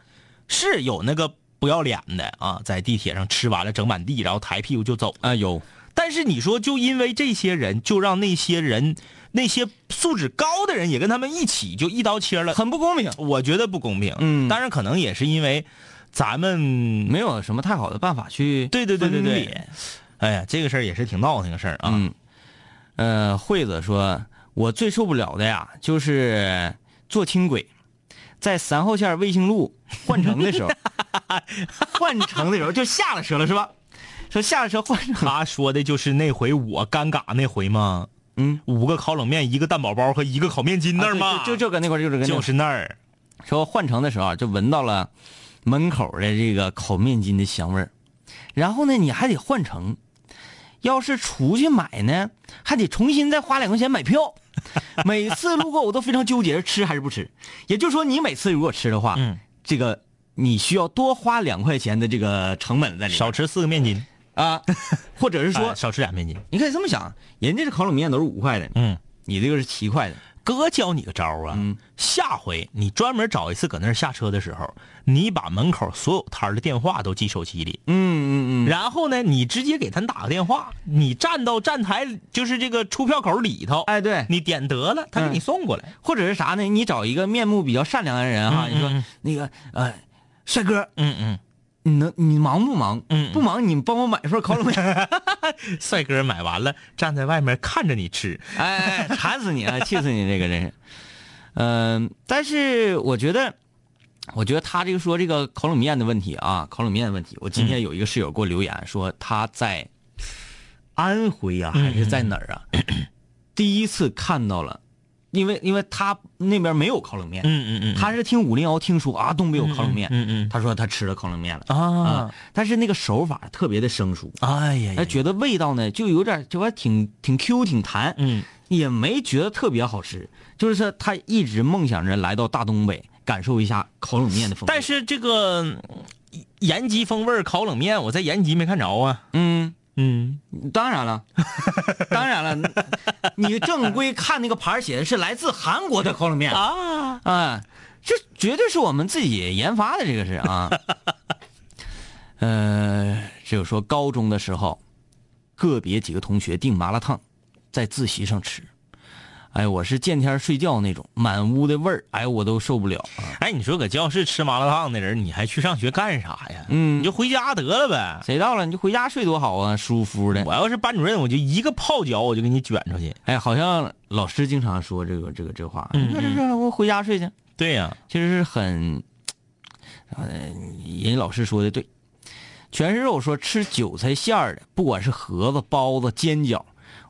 [SPEAKER 3] 是有那个不要脸的啊，在地铁上吃完了整满地，然后抬屁股就走。
[SPEAKER 4] 啊，有
[SPEAKER 3] 但是你说，就因为这些人，就让那些人那些素质高的人也跟他们一起就一刀切了，
[SPEAKER 4] 很不公平，
[SPEAKER 3] 我觉得不公平。
[SPEAKER 4] 嗯
[SPEAKER 3] 当然可能也是因为咱们
[SPEAKER 4] 没有什么太好的办法去
[SPEAKER 3] 对对对对
[SPEAKER 4] 分
[SPEAKER 3] 对
[SPEAKER 4] 辨，
[SPEAKER 3] 哎呀，这个事儿也是挺闹腾个事儿啊。
[SPEAKER 4] 嗯，呃，惠子说，我最受不了的呀，就是坐轻轨，在三号线卫星路换乘的
[SPEAKER 3] <laughs>
[SPEAKER 4] 时候，换乘的时候就下了车了是吧？说下了车换乘，
[SPEAKER 3] 他说的就是那回我尴尬那回吗？
[SPEAKER 4] 嗯，
[SPEAKER 3] 五个烤冷面，一个蛋堡包和一个烤面筋那儿吗？
[SPEAKER 4] 就就就搁那块儿，就搁那块儿
[SPEAKER 3] 啊就是那儿，
[SPEAKER 4] 说换乘的时候啊就闻到了门口的这个烤面筋的香味儿，然后呢，你还得换乘，要是出去买呢，还得重新再花两块钱买票。 <laughs> 每次路过我都非常纠结，吃还是不吃。也就是说，你每次如果吃的话，
[SPEAKER 3] 嗯，
[SPEAKER 4] 这个你需要多花两块钱的这个成本在里面
[SPEAKER 3] 少吃四个面筋，
[SPEAKER 4] 啊，或者是
[SPEAKER 3] 说、
[SPEAKER 4] <laughs> 说，
[SPEAKER 3] 少吃俩面筋。
[SPEAKER 4] 你可以这么想，人家这烤冷面都是五块的，
[SPEAKER 3] 嗯，
[SPEAKER 4] 你这个是七块的，
[SPEAKER 3] 哥教你个招儿啊，下回你专门找一次搁那儿下车的时候，你把门口所有摊儿的电话都记手机里，
[SPEAKER 4] 嗯嗯嗯，
[SPEAKER 3] 然后呢，你直接给他打个电话，你站到站台就是这个出票口里头，
[SPEAKER 4] 哎对，
[SPEAKER 3] 你点得了，他给你
[SPEAKER 4] 嗯
[SPEAKER 3] 送过来。
[SPEAKER 4] 或者是啥呢？你找一个面目比较善良的人哈，
[SPEAKER 3] 嗯
[SPEAKER 4] 你说、
[SPEAKER 3] 嗯嗯
[SPEAKER 4] 那个呃，帅哥，
[SPEAKER 3] 嗯嗯，
[SPEAKER 4] 你能你忙不忙？
[SPEAKER 3] 嗯嗯
[SPEAKER 4] 不忙，你帮我买份烤
[SPEAKER 3] <laughs>
[SPEAKER 4] 冷面。哎
[SPEAKER 3] 帅哥买完了，站在外面看着你吃，
[SPEAKER 4] 哎，哎馋死你啊！气死你，这个真是。嗯、但是我觉得，我觉得他这个说这个烤冷面的问题啊，烤冷面的问题，我今天有一个室友给我留言说他在安徽
[SPEAKER 3] 嗯
[SPEAKER 4] 啊，还是在哪儿啊？第一次看到了，因为因为他那边没有烤冷面，
[SPEAKER 3] 嗯嗯嗯
[SPEAKER 4] 他是听五零幺听说啊，东北有烤冷面，
[SPEAKER 3] 嗯嗯嗯
[SPEAKER 4] 他说他吃了烤冷面了
[SPEAKER 3] 啊，
[SPEAKER 4] 但是那个手法特别的生疏，
[SPEAKER 3] 哎呀
[SPEAKER 4] 他
[SPEAKER 3] 呀，
[SPEAKER 4] 觉得味道呢就有点就还挺挺 Q 挺弹，
[SPEAKER 3] 嗯，
[SPEAKER 4] 也没觉得特别好吃，就是说他一直梦想着来到大东北感受一下烤冷面的风味，
[SPEAKER 3] 但是这个嗯延吉风味儿烤冷面，我在延吉没看着啊。
[SPEAKER 4] 嗯。
[SPEAKER 3] 嗯，
[SPEAKER 4] 当然了，当然了，你正规看那个牌儿写的是来自韩国的烤冷面啊啊，这绝对是我们自己研发的，这个是啊。呃，只有说高中的时候，个别几个同学订麻辣烫，在自习上吃。哎，我是见天儿睡觉那种，满屋的味儿，哎，我都受不了。
[SPEAKER 3] 哎，你说搁教室吃麻辣烫的人，你还去上学干啥呀？
[SPEAKER 4] 嗯
[SPEAKER 3] 你就回家得了呗。
[SPEAKER 4] 谁到了你就回家睡多好啊，舒服的。
[SPEAKER 3] 我要是班主任，我就一个泡脚，我就给你卷出去。
[SPEAKER 4] 哎，好像老师经常说这个这个这话，这这这我回家睡去。
[SPEAKER 3] 对呀、
[SPEAKER 4] 其实是很，呃，人家老师说的对，全是肉说吃韭菜馅儿的，不管是盒子、包子、煎饺。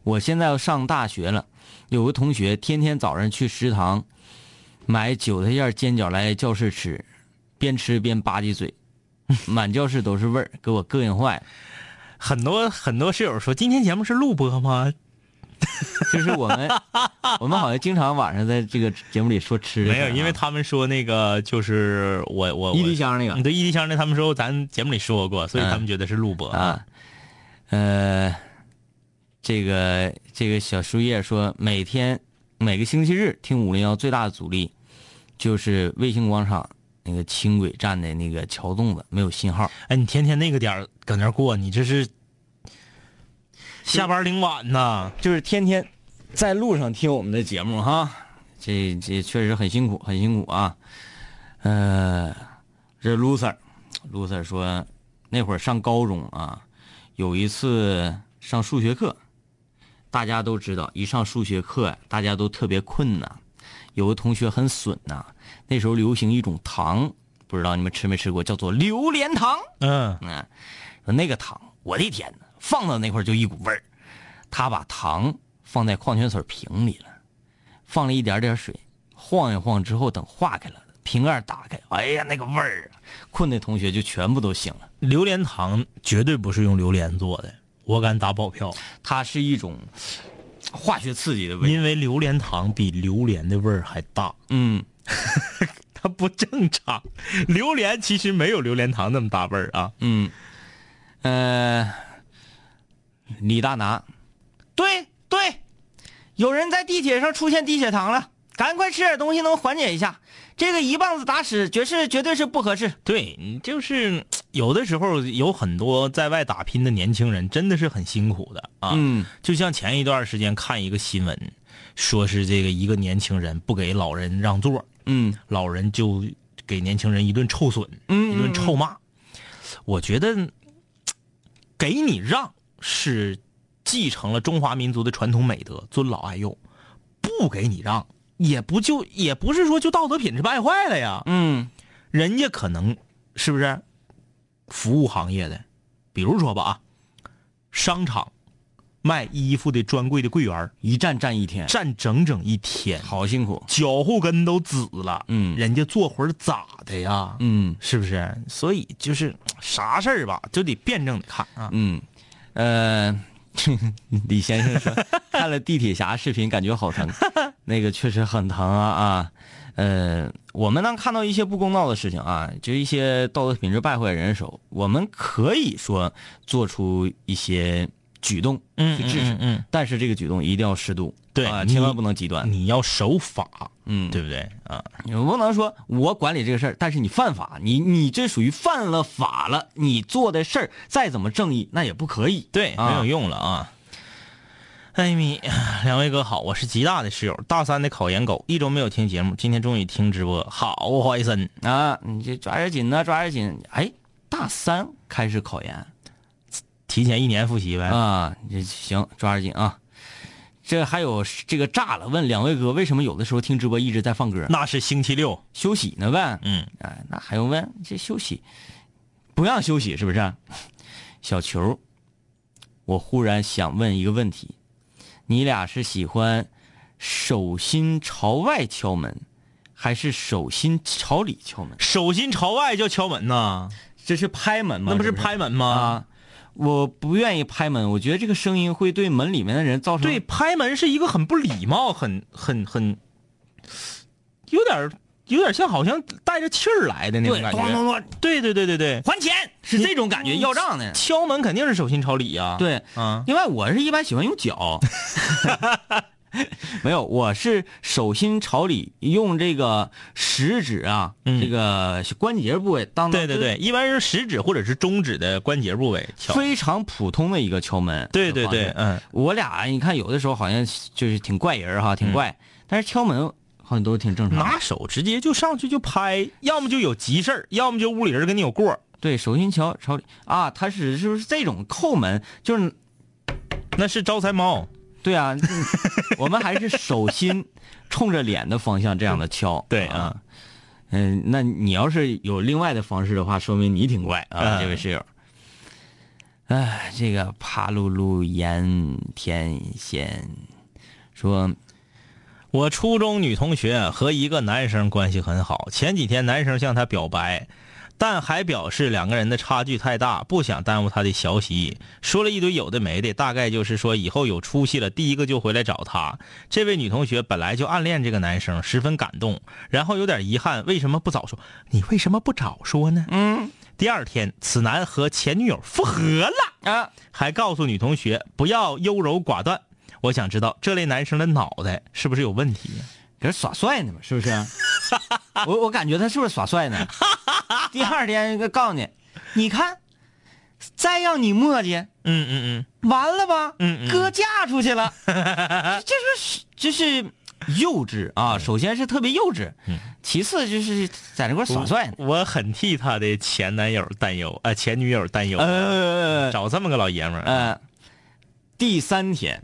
[SPEAKER 4] 我现在要上大学了，有个同学天天早上去食堂买韭菜馅儿煎饺来教室吃，边吃边吧唧嘴， <laughs> 满教室都是味儿， <laughs> 给我膈应坏了。
[SPEAKER 3] 很多很多室友说，今天节目是录播吗？
[SPEAKER 4] 就是我们，我们好像经常晚上在这个节目里说吃的
[SPEAKER 3] 没
[SPEAKER 4] 事儿啊，
[SPEAKER 3] 有，因 E 为他们说那个就是我我嗯
[SPEAKER 4] 一滴香那个
[SPEAKER 3] 你对一滴香的，他们说咱节目里说过，所以他们觉得是录播。
[SPEAKER 4] 啊，呃，这个这个小树叶说，每天每个星期日听五零幺最大的阻力就是卫星广场那个轻轨站的那个桥洞子没有信号，
[SPEAKER 3] 哎，你天天那个点儿搁那儿过，你这是下班领晚呐。
[SPEAKER 4] 啊就是天天在路上听我们的节目哈，这这确实很辛苦，很辛苦啊。呃，这 loser，loser 说那会儿上高中啊，有一次上数学课，大家都知道，一上数学课大家都特别困呐。有个同学很损呐、那时候流行一种糖，不知道你们吃没吃过，叫做榴莲糖。
[SPEAKER 3] 嗯，
[SPEAKER 4] 嗯，说那个糖，我的天呐，放到那块儿就一股味儿。他把糖放在矿泉水瓶里了，放了一点点水，晃一晃之后，等化开了，瓶盖打开，哎呀，那个味儿啊！困的同学就全部都醒了。
[SPEAKER 3] 榴莲糖绝对不是用榴莲做的，我敢打保票，
[SPEAKER 4] 它是一种化学刺激的味道。
[SPEAKER 3] 因为榴莲糖比榴莲的味儿还大，
[SPEAKER 4] 嗯，
[SPEAKER 3] 它不正常。榴莲其实没有榴莲糖那么大味儿啊。
[SPEAKER 4] 嗯，呃，李大拿，对对，有人在地铁上出现低血糖了，赶快吃点东西能缓解一下。这个一棒子打死，绝是绝对是不合适。
[SPEAKER 3] 对你就是有的时候有很多在外打拼的年轻人真的是很辛苦的啊。
[SPEAKER 4] 嗯，
[SPEAKER 3] 就像前一段时间看一个新闻，说是这个一个年轻人不给老人让座，
[SPEAKER 4] 嗯
[SPEAKER 3] 老人就给年轻人一顿臭损，
[SPEAKER 4] 嗯
[SPEAKER 3] 一顿臭骂。我觉得嘖给你让是继承了中华民族的传统美德，尊老爱幼；不给你让，也不就也不是说就道德品质败坏了呀。
[SPEAKER 4] 嗯
[SPEAKER 3] 人家可能是不是服务行业的，比如说吧啊，商场卖衣服的专柜的柜员儿
[SPEAKER 4] 一站站一天，
[SPEAKER 3] 站整整一天，
[SPEAKER 4] 好辛苦。
[SPEAKER 3] 脚后跟都紫了，
[SPEAKER 4] 嗯
[SPEAKER 3] 人家坐会儿咋的呀？
[SPEAKER 4] 嗯
[SPEAKER 3] 是不是？所以就是啥事儿吧，就得辩证的看啊。
[SPEAKER 4] 嗯，呃，李先生说 <laughs> 看了地铁侠视频，感觉
[SPEAKER 3] <laughs>
[SPEAKER 4] 好疼，那个确实很疼啊啊。呃，我们能看到一些不公道的事情啊，就一些道德品质败坏人手，我们可以说做出一些举动去制止，
[SPEAKER 3] 嗯，
[SPEAKER 4] 但是这个举动一定要适度，
[SPEAKER 3] 对
[SPEAKER 4] 啊，
[SPEAKER 3] 你
[SPEAKER 4] 千万不能极端。
[SPEAKER 3] 你要守法，
[SPEAKER 4] 嗯，
[SPEAKER 3] 对不对啊？
[SPEAKER 4] 你不能说我管理这个事儿，但是你犯法，你你这属于犯了法了，你做的事儿再怎么正义，那也不可以。
[SPEAKER 3] 对，
[SPEAKER 4] 啊
[SPEAKER 3] 没有用了啊。艾米， <sighs> 两位哥好，我是吉大的室友，大三的考研狗，一周没有听节目，今天终于听直播，好怀森。
[SPEAKER 4] 啊，你这抓点紧呐，抓点紧。哎，大三开始考研
[SPEAKER 3] 提前一年复习呗。
[SPEAKER 4] 啊，你这行，抓点紧啊。这还有这个炸了，问两位哥为什么有的时候听直播一直在放歌？
[SPEAKER 3] 那是星期六，
[SPEAKER 4] 休息呢呗？
[SPEAKER 3] 嗯，
[SPEAKER 4] 哎，那还用问？这休息不让休息是不是？小球，我忽然想问一个问题：你俩是喜欢手心朝外敲门，还是手心朝里敲门？
[SPEAKER 3] 手心朝外叫敲门呐，
[SPEAKER 4] 这是拍门吗？
[SPEAKER 3] 那不
[SPEAKER 4] 这
[SPEAKER 3] 是拍门吗？
[SPEAKER 4] 啊，我不愿意拍门，我觉得这个声音会对门里面的人造成
[SPEAKER 3] 对，拍门是一个很不礼貌，很很很，有点儿有点像好像带着气儿来的那种
[SPEAKER 4] 对，
[SPEAKER 3] 感
[SPEAKER 4] 咣
[SPEAKER 3] 觉。
[SPEAKER 4] 咣咣
[SPEAKER 3] 对对对对对，
[SPEAKER 4] 还钱是这种感觉，要账的。
[SPEAKER 3] 敲门肯定是手心朝里呀。，
[SPEAKER 4] 嗯对，
[SPEAKER 3] 啊，
[SPEAKER 4] 另外我是一般喜欢用脚， <laughs> 没有，我是手心朝里，用这个食指啊，
[SPEAKER 3] 嗯
[SPEAKER 4] 这个关节部位当
[SPEAKER 3] 对对对，，一般是食指或者是中指的关节部位敲
[SPEAKER 4] 就是。非常普通的一个敲门。
[SPEAKER 3] 对对对，，嗯，
[SPEAKER 4] 我俩你看有的时候好像就是挺怪人儿哈，挺怪，但是敲门好像都挺正常的。
[SPEAKER 3] 拿手直接就上去就拍，要么就有急事儿，要么就屋里人跟你有过儿，
[SPEAKER 4] 对手心朝朝里啊，他是是不是这种叩门？就是
[SPEAKER 3] 那是招财猫。
[SPEAKER 4] 对啊，嗯我们还是手心冲着脸的方向这样的敲。
[SPEAKER 3] 对
[SPEAKER 4] 啊，嗯，那你要是有另外的方式的话，说明你挺怪啊，
[SPEAKER 3] 嗯
[SPEAKER 4] 这位室友。哎，这个帕露露盐田贤说，
[SPEAKER 3] 我初中女同学和一个男生关系很好，前几天男生向她表白，但还表示两个人的差距太大，不想耽误她的学习，说了一堆有的没的，大概就是说以后有出息了，第一个就回来找她。这位女同学本来就暗恋这个男生，十分感动，然后有点遗憾，为什么不早说？你为什么不早说呢？嗯。第二天，此男和前女友复合了啊，还告诉女同学不要优柔寡断。我想知道这类男生的脑袋是不是有问题呀、
[SPEAKER 4] 搁这耍帅呢嘛，是
[SPEAKER 3] <laughs>
[SPEAKER 4] 不是？我我感觉他是不是耍帅呢？第二天告诉你，你看，再让你磨叽，
[SPEAKER 3] 嗯嗯
[SPEAKER 4] 完了吧？
[SPEAKER 3] 嗯嗯
[SPEAKER 4] 哥嫁出去
[SPEAKER 3] <laughs>
[SPEAKER 4] 了，这就是这是幼稚啊！
[SPEAKER 3] 嗯
[SPEAKER 4] 首先是特别幼稚，其次就是在那块儿耍帅呢。
[SPEAKER 3] 嗯，我很替他的前男友担忧，啊、前女友担忧，
[SPEAKER 4] 呃
[SPEAKER 3] 找这么个老爷们儿。
[SPEAKER 4] 呃，第三天，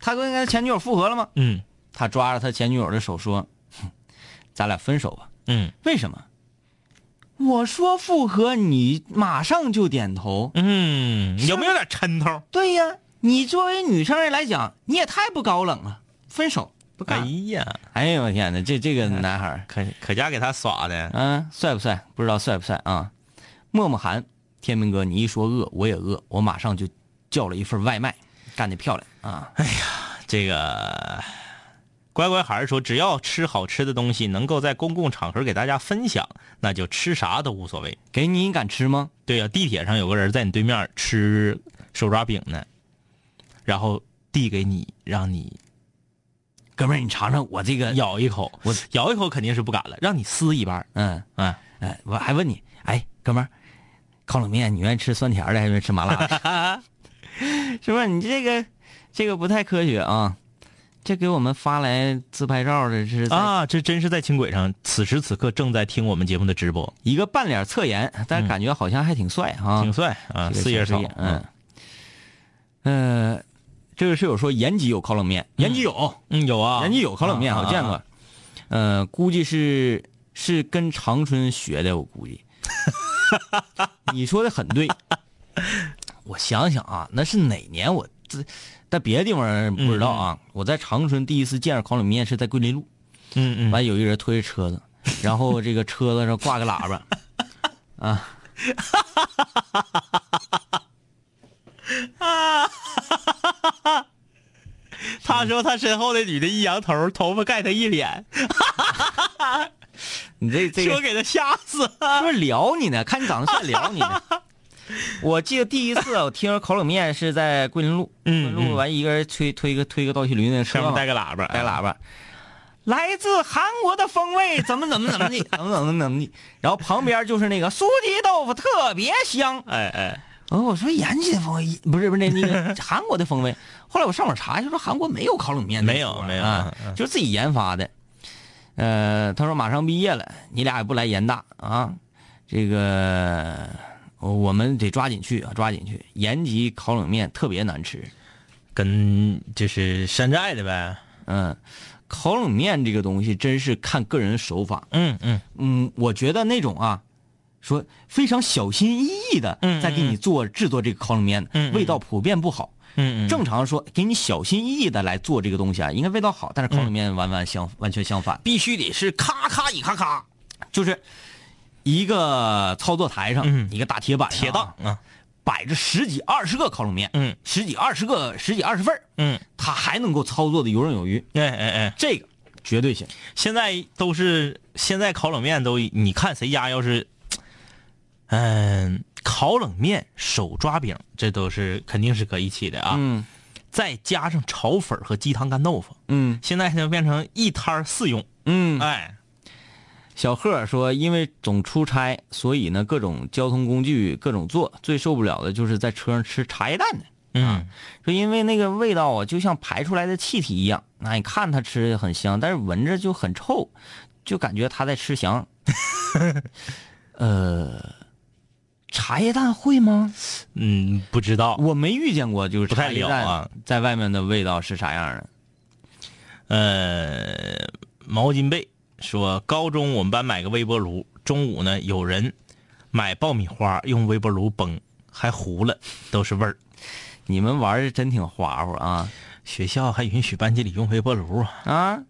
[SPEAKER 4] 他跟他前女友复合了吗？
[SPEAKER 3] 嗯
[SPEAKER 4] 他抓着他前女友的手说：“哼咱俩分手吧。”
[SPEAKER 3] 嗯
[SPEAKER 4] 为什么？我说复合，你马上就点头。
[SPEAKER 3] 嗯，有没有点抻头？
[SPEAKER 4] 对呀，你作为女生人来讲，你也太不高冷了。分手不
[SPEAKER 3] 哎
[SPEAKER 4] 干了。
[SPEAKER 3] 呀，哎
[SPEAKER 4] 哎呦我天哪，这这个男孩儿，
[SPEAKER 3] 可可家给他耍的。
[SPEAKER 4] 嗯，帅不帅？不知道帅不帅啊？默默寒，天明哥，你一说饿，我也饿，我马上就叫了一份外卖，干得漂亮啊！
[SPEAKER 3] 这个乖乖孩儿说，只要吃好吃的东西，能够在公共场合给大家分享，那就吃啥都无所谓。
[SPEAKER 4] 给你，你敢吃吗？
[SPEAKER 3] 对呀、地铁上有个人在你对面吃手抓饼呢，然后递给你，让你
[SPEAKER 4] 哥们儿，你尝尝我这个，
[SPEAKER 3] 咬一口，
[SPEAKER 4] 我
[SPEAKER 3] 咬一口肯定是不敢了，让你撕一半儿。
[SPEAKER 4] 嗯，
[SPEAKER 3] 嗯，
[SPEAKER 4] 哎，我还问你，哎，哥们儿，烤冷面，你愿意吃酸甜的还是愿意吃麻辣的？
[SPEAKER 3] <laughs>
[SPEAKER 4] 是不是？你这个这个不太科学啊！这给我们发来自拍照的是在
[SPEAKER 3] 啊，这真是在轻轨上，此时此刻正在听我们节目的直播，
[SPEAKER 4] 一个半脸侧颜，但是感觉好像还挺帅啊，
[SPEAKER 3] 挺帅啊，
[SPEAKER 4] 这个
[SPEAKER 3] 四叶草啊
[SPEAKER 4] 小事业，嗯，呃，这位室友说延吉有烤冷面，延吉有，
[SPEAKER 3] 嗯，有啊，
[SPEAKER 4] 延吉有烤冷面，
[SPEAKER 3] 啊
[SPEAKER 4] 我见过。呃，估计是是跟长春学的，我估
[SPEAKER 3] <laughs>
[SPEAKER 4] 计。你说的很对，我想想啊，那是哪年我这在别的地方不知道啊？我在长春第一次见着烤冷面是在桂林路，
[SPEAKER 3] 嗯嗯，
[SPEAKER 4] 完有一个人推着车子，然后这个车子上挂个喇叭，
[SPEAKER 3] 他说他身后的女的一扬头，头发盖他一脸，
[SPEAKER 4] 你这这个
[SPEAKER 3] 说给他吓死了。
[SPEAKER 4] 是不是聊你呢？看你长得帅，聊你
[SPEAKER 3] <laughs>
[SPEAKER 4] 呢。我记得第一次我听说烤冷面是在桂林路，桂
[SPEAKER 3] 嗯
[SPEAKER 4] 林路完一个人推推个推个倒骑驴那个车
[SPEAKER 3] 上面
[SPEAKER 4] 嘛，
[SPEAKER 3] 带个喇叭，啊
[SPEAKER 4] 带喇叭，来自韩国的风味，怎么怎么怎么
[SPEAKER 3] <laughs>
[SPEAKER 4] 地，怎么怎么怎么地。然后旁边就是那个酥鸡豆腐特别香。
[SPEAKER 3] 哎哎，
[SPEAKER 4] 哦，我说延吉的风味不是不是那那个韩国
[SPEAKER 3] <laughs>
[SPEAKER 4] 的风味。后来我上网查，就说韩国没有烤冷面这
[SPEAKER 3] 没
[SPEAKER 4] 一说
[SPEAKER 3] 有
[SPEAKER 4] 啊，
[SPEAKER 3] 没有
[SPEAKER 4] 啊
[SPEAKER 3] 嗯嗯
[SPEAKER 4] 就自己研发的。呃，他说马上毕业了，你俩也不来延大啊，这个我们得抓紧去啊，抓紧去。延吉烤冷面特别难吃，
[SPEAKER 3] 跟就是山寨的呗。
[SPEAKER 4] 嗯，烤冷面这个东西真是看个人手法，
[SPEAKER 3] 嗯嗯
[SPEAKER 4] 嗯，我觉得那种啊，说非常小心翼翼的
[SPEAKER 3] 嗯
[SPEAKER 4] 在给你做制作这个烤冷面，
[SPEAKER 3] 嗯嗯
[SPEAKER 4] 味道普遍不好。
[SPEAKER 3] 嗯
[SPEAKER 4] 正常说给你小心翼翼的来做这个东西啊，应该味道好，但是烤冷面完完相、完全相反，
[SPEAKER 3] 必须得是咔咔一咔咔，
[SPEAKER 4] 就是一个操作台上、
[SPEAKER 3] 嗯
[SPEAKER 4] 一个大铁板上啊
[SPEAKER 3] 铁档啊。
[SPEAKER 4] 摆着十几二十个烤冷面，
[SPEAKER 3] 嗯
[SPEAKER 4] 十几二十个十几二十份儿
[SPEAKER 3] 嗯，
[SPEAKER 4] 它还能够操作的游刃有余，
[SPEAKER 3] 哎哎哎，
[SPEAKER 4] 这个绝对行。
[SPEAKER 3] 现在都是现在烤冷面都，你看谁家要是，嗯，烤冷面、手抓饼，这都是肯定是搁一起的啊。
[SPEAKER 4] 嗯
[SPEAKER 3] 再加上炒粉儿和鸡汤干豆腐，
[SPEAKER 4] 嗯
[SPEAKER 3] 现在就变成一摊儿四用。
[SPEAKER 4] 嗯，
[SPEAKER 3] 哎，
[SPEAKER 4] 小贺说：“因为总出差，所以呢，各种交通工具各种坐，最受不了的就是在车上吃茶叶蛋的。
[SPEAKER 3] 嗯
[SPEAKER 4] 说因为那个味道啊，就像排出来的气体一样。那你看它吃的很香，但是闻着就很臭，就感觉他在吃翔。 <laughs> 呃，茶叶蛋会吗？
[SPEAKER 3] 嗯，不知道。
[SPEAKER 4] 我没遇见过，就是
[SPEAKER 3] 不太
[SPEAKER 4] 茶叶
[SPEAKER 3] 了啊
[SPEAKER 4] 蛋在外面的味道是啥样的。
[SPEAKER 3] 呃，毛巾被说，高中我们班买个微波炉，中午呢有人买爆米花用微波炉崩，还糊了，都是味儿。
[SPEAKER 4] 你们玩的真挺花乎啊！
[SPEAKER 3] 学校还允许班级里用微波炉啊？
[SPEAKER 4] 啊，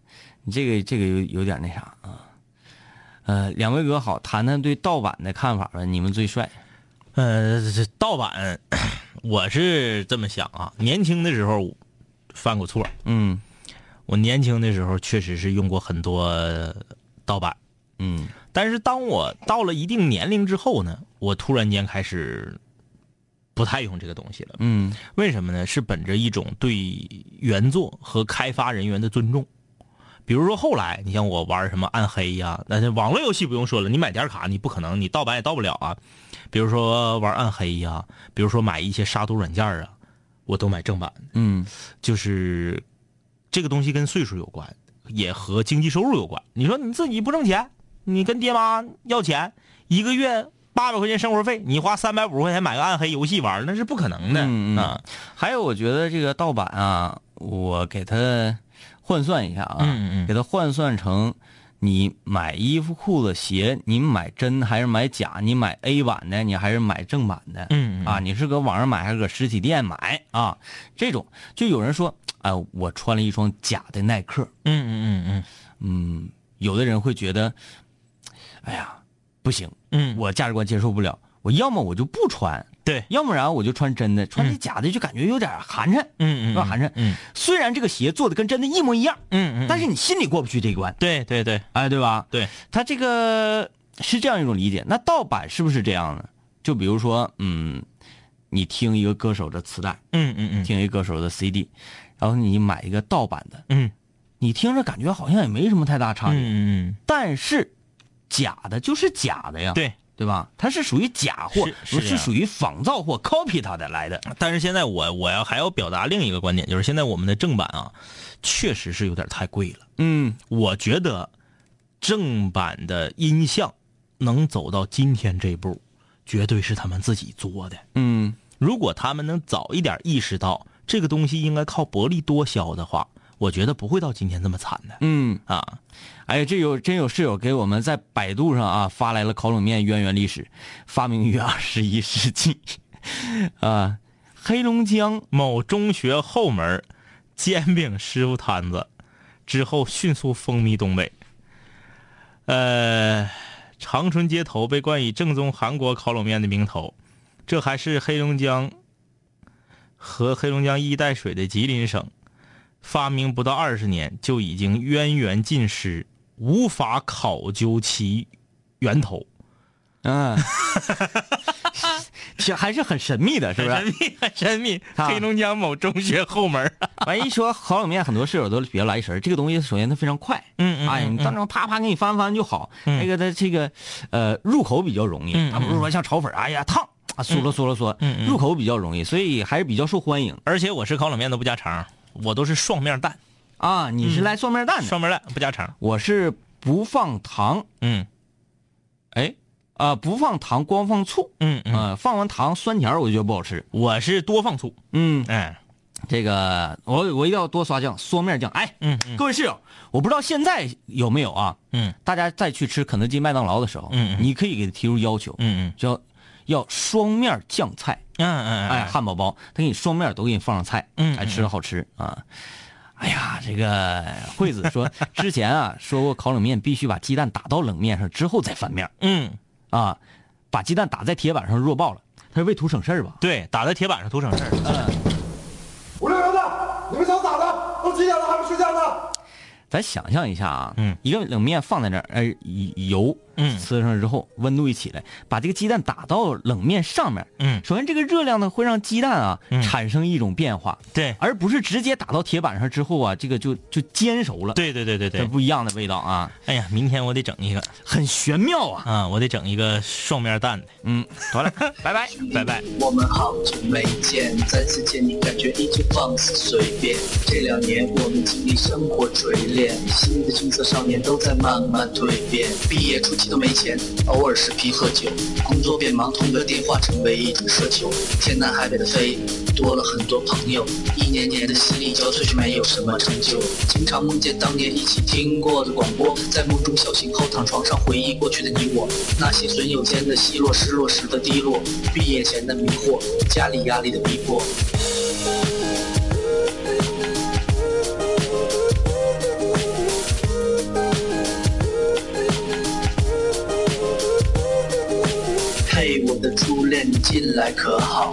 [SPEAKER 4] 你这个这个有有点那啥啊。呃，两位哥好，谈谈对盗版的看法吧。你们最帅，
[SPEAKER 3] 呃，这盗版， <clears throat> 我是这么想啊，年轻的时候犯过错，
[SPEAKER 4] 嗯
[SPEAKER 3] 我年轻的时候确实是用过很多盗版，
[SPEAKER 4] 嗯
[SPEAKER 3] 但是当我到了一定年龄之后呢，我突然间开始不太用这个东西了。
[SPEAKER 4] 嗯
[SPEAKER 3] 为什么呢？是本着一种对原作和开发人员的尊重。比如说后来，你像我玩什么暗黑呀、那这网络游戏不用说了，你买点卡你不可能，你盗版也盗不了啊。比如说玩暗黑呀、比如说买一些杀毒软件啊，我都买正版，
[SPEAKER 4] 嗯
[SPEAKER 3] 就是这个东西跟岁数有关，也和经济收入有关。你说你自己不挣钱，你跟爹妈要钱，一个月八百块钱生活费，你花三百五十块钱买个暗黑游戏玩，那是不可能的
[SPEAKER 4] 嗯嗯
[SPEAKER 3] 啊。
[SPEAKER 4] 还有，我觉得这个盗版啊，我给它换算一下啊，
[SPEAKER 3] 嗯嗯嗯
[SPEAKER 4] 给它换算成你买衣服、裤子、鞋，你买真还是买假？你买 A 版的，你还是买正版的？
[SPEAKER 3] 嗯嗯
[SPEAKER 4] 啊，你是搁网上买还是搁实体店买啊？这种就有人说，哎、我穿了一双假的耐克，
[SPEAKER 3] 嗯嗯
[SPEAKER 4] 嗯，有的人会觉得，哎呀，不行，
[SPEAKER 3] 嗯我
[SPEAKER 4] 我价值观接受不了，我要么我就不穿，
[SPEAKER 3] 对，
[SPEAKER 4] 要不然我就穿真的，穿这假的就感觉有点寒碜，
[SPEAKER 3] 嗯
[SPEAKER 4] 有
[SPEAKER 3] 嗯，
[SPEAKER 4] 点寒碜。
[SPEAKER 3] 嗯
[SPEAKER 4] 虽然这个鞋做的跟真的一模一样，
[SPEAKER 3] 嗯嗯，
[SPEAKER 4] 但
[SPEAKER 3] 是
[SPEAKER 4] 是你心里过不去这一关，
[SPEAKER 3] 对对对
[SPEAKER 4] 哎，对吧？
[SPEAKER 3] 对，
[SPEAKER 4] 他这个是这样一种理解。那盗版是不是这样呢？就比如说，嗯，你听一个歌手的磁带，
[SPEAKER 3] 嗯嗯嗯
[SPEAKER 4] 听一个歌手的 CD，然后你买一个盗版的，
[SPEAKER 3] 嗯
[SPEAKER 4] 你听着感觉好像也没什么太大差别。
[SPEAKER 3] 嗯嗯，
[SPEAKER 4] 但是假的就是假的呀，
[SPEAKER 3] 对
[SPEAKER 4] 对吧？它是属于假货，
[SPEAKER 3] 是是
[SPEAKER 4] 不
[SPEAKER 3] 这样
[SPEAKER 4] 是属于仿造货，copy 它的来的。
[SPEAKER 3] 但是现在我我要还要表达另一个观点，就是现在我们的正版啊，确实是有点太贵了。
[SPEAKER 4] 嗯，
[SPEAKER 3] 我觉得正版的音像能走到今天这步，绝对是他们自己作的。
[SPEAKER 4] 嗯，
[SPEAKER 3] 如果他们能早一点意识到这个东西应该靠薄利多销的话，我觉得不会到今天这么惨的。
[SPEAKER 4] 嗯，
[SPEAKER 3] 啊，
[SPEAKER 4] 哎呀，这有真有室友给我们在百度上啊发来了烤冷面渊源历史，发明于二十一世纪， <laughs> 啊，黑龙江
[SPEAKER 3] 某中学后门煎饼师傅摊子之后迅速风靡东北。呃，长春街头被冠以正宗韩国烤冷面的名头，这还是黑龙江和黑龙江一衣带水的吉林省，发明不到二十年就已经渊源尽失，无法考究其源头。
[SPEAKER 4] <laughs> 嗯，这还是很神秘的，是不是？
[SPEAKER 3] 秘，很 <laughs> 神秘。
[SPEAKER 4] 啊
[SPEAKER 3] 黑龙江某中学后门儿， <laughs>
[SPEAKER 4] 完一说烤冷面，很多室友都比较来神儿。这个东西首先它非常快，
[SPEAKER 3] 嗯嗯
[SPEAKER 4] 哎，
[SPEAKER 3] 嗯
[SPEAKER 4] 你当场啪啪给你翻翻就好。
[SPEAKER 3] 嗯
[SPEAKER 4] 那个它这个呃入口比较容易，
[SPEAKER 3] 嗯
[SPEAKER 4] 它不是说像炒粉儿，哎呀烫啊嗦了嗦了嗦，
[SPEAKER 3] 嗯嗯
[SPEAKER 4] 入口比较容易，所以还是比较受欢迎
[SPEAKER 3] 而且我吃烤冷面都不加肠儿，我都是双面蛋，
[SPEAKER 4] 啊。你是来双面蛋的，
[SPEAKER 3] 双面蛋不加肠儿。
[SPEAKER 4] 我是不放糖，
[SPEAKER 3] 嗯
[SPEAKER 4] 哎啊、不放糖光放醋，
[SPEAKER 3] 嗯嗯，
[SPEAKER 4] 呃放完糖酸甜儿我就觉得不好吃。
[SPEAKER 3] 我是多放醋。
[SPEAKER 4] 嗯，
[SPEAKER 3] 哎，
[SPEAKER 4] 这个我我一定要多刷酱，缩面酱。哎，
[SPEAKER 3] 嗯嗯
[SPEAKER 4] 各位室友，我不知道现在有没有啊？
[SPEAKER 3] 嗯
[SPEAKER 4] 大家再去吃肯德基、麦当劳的时候，
[SPEAKER 3] 嗯嗯
[SPEAKER 4] 你可以给他提出要求，
[SPEAKER 3] 嗯嗯
[SPEAKER 4] 叫要双面酱菜，
[SPEAKER 3] 嗯嗯，
[SPEAKER 4] 哎，汉堡包，他给你双面都给你放上菜，
[SPEAKER 3] 嗯嗯
[SPEAKER 4] 哎，吃着好吃啊。哎呀，这个惠子说之前啊说过烤冷面必须把鸡蛋打到冷面上之后再翻面
[SPEAKER 3] 嗯，
[SPEAKER 4] 啊，把鸡蛋打在铁板上弱爆了，他是为图省事儿吧？
[SPEAKER 3] 对，打在铁板上图省事儿。
[SPEAKER 7] 五六零的，你们想咋的？都几点了还不睡觉呢？
[SPEAKER 4] 咱想象一下啊，
[SPEAKER 3] 嗯
[SPEAKER 4] 一个冷面放在那儿，哎，以油，
[SPEAKER 3] 嗯
[SPEAKER 4] 呲上之后温度一起来，把这个鸡蛋打到冷面上面，
[SPEAKER 3] 嗯
[SPEAKER 4] 首先这个热量呢会让鸡蛋啊、
[SPEAKER 3] 嗯
[SPEAKER 4] 产生一种变化，
[SPEAKER 3] 对
[SPEAKER 4] 而不是直接打到铁板上之后啊，这个就就煎熟了，，
[SPEAKER 3] 对对对对
[SPEAKER 4] 这
[SPEAKER 3] 对。
[SPEAKER 4] 不一样的味道啊，
[SPEAKER 3] 哎呀，明天我得整一个
[SPEAKER 4] 很玄妙啊，
[SPEAKER 3] 啊，我得整一个双面蛋的。
[SPEAKER 4] 嗯，好了，拜拜。
[SPEAKER 3] <laughs> 拜拜。
[SPEAKER 8] 我们好久没见，再次见你感觉依旧放肆随便。这两年我们经历生活锤炼，新的青涩少年都在慢慢蜕变。毕业初期都没钱，偶尔视频喝酒，工作变忙，通个电话成为一种奢求。天南海北的飞，多了很多朋友，一年年的心力交瘁却没有什么成就。经常梦见当年一起听过的广播，在梦中小醒后躺床上回忆过去的你我，那些损友间的奚落，失落时的低落，毕业前的迷惑，家里压力的逼迫。嘿，我的初恋，你近来可好？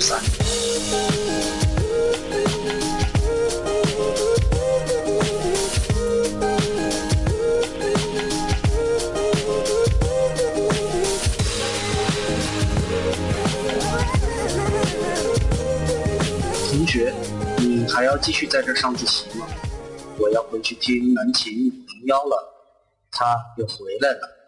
[SPEAKER 8] 三。同学，你还要继续在这儿上自习吗？我要回去听南琴五零幺了，他又回来了。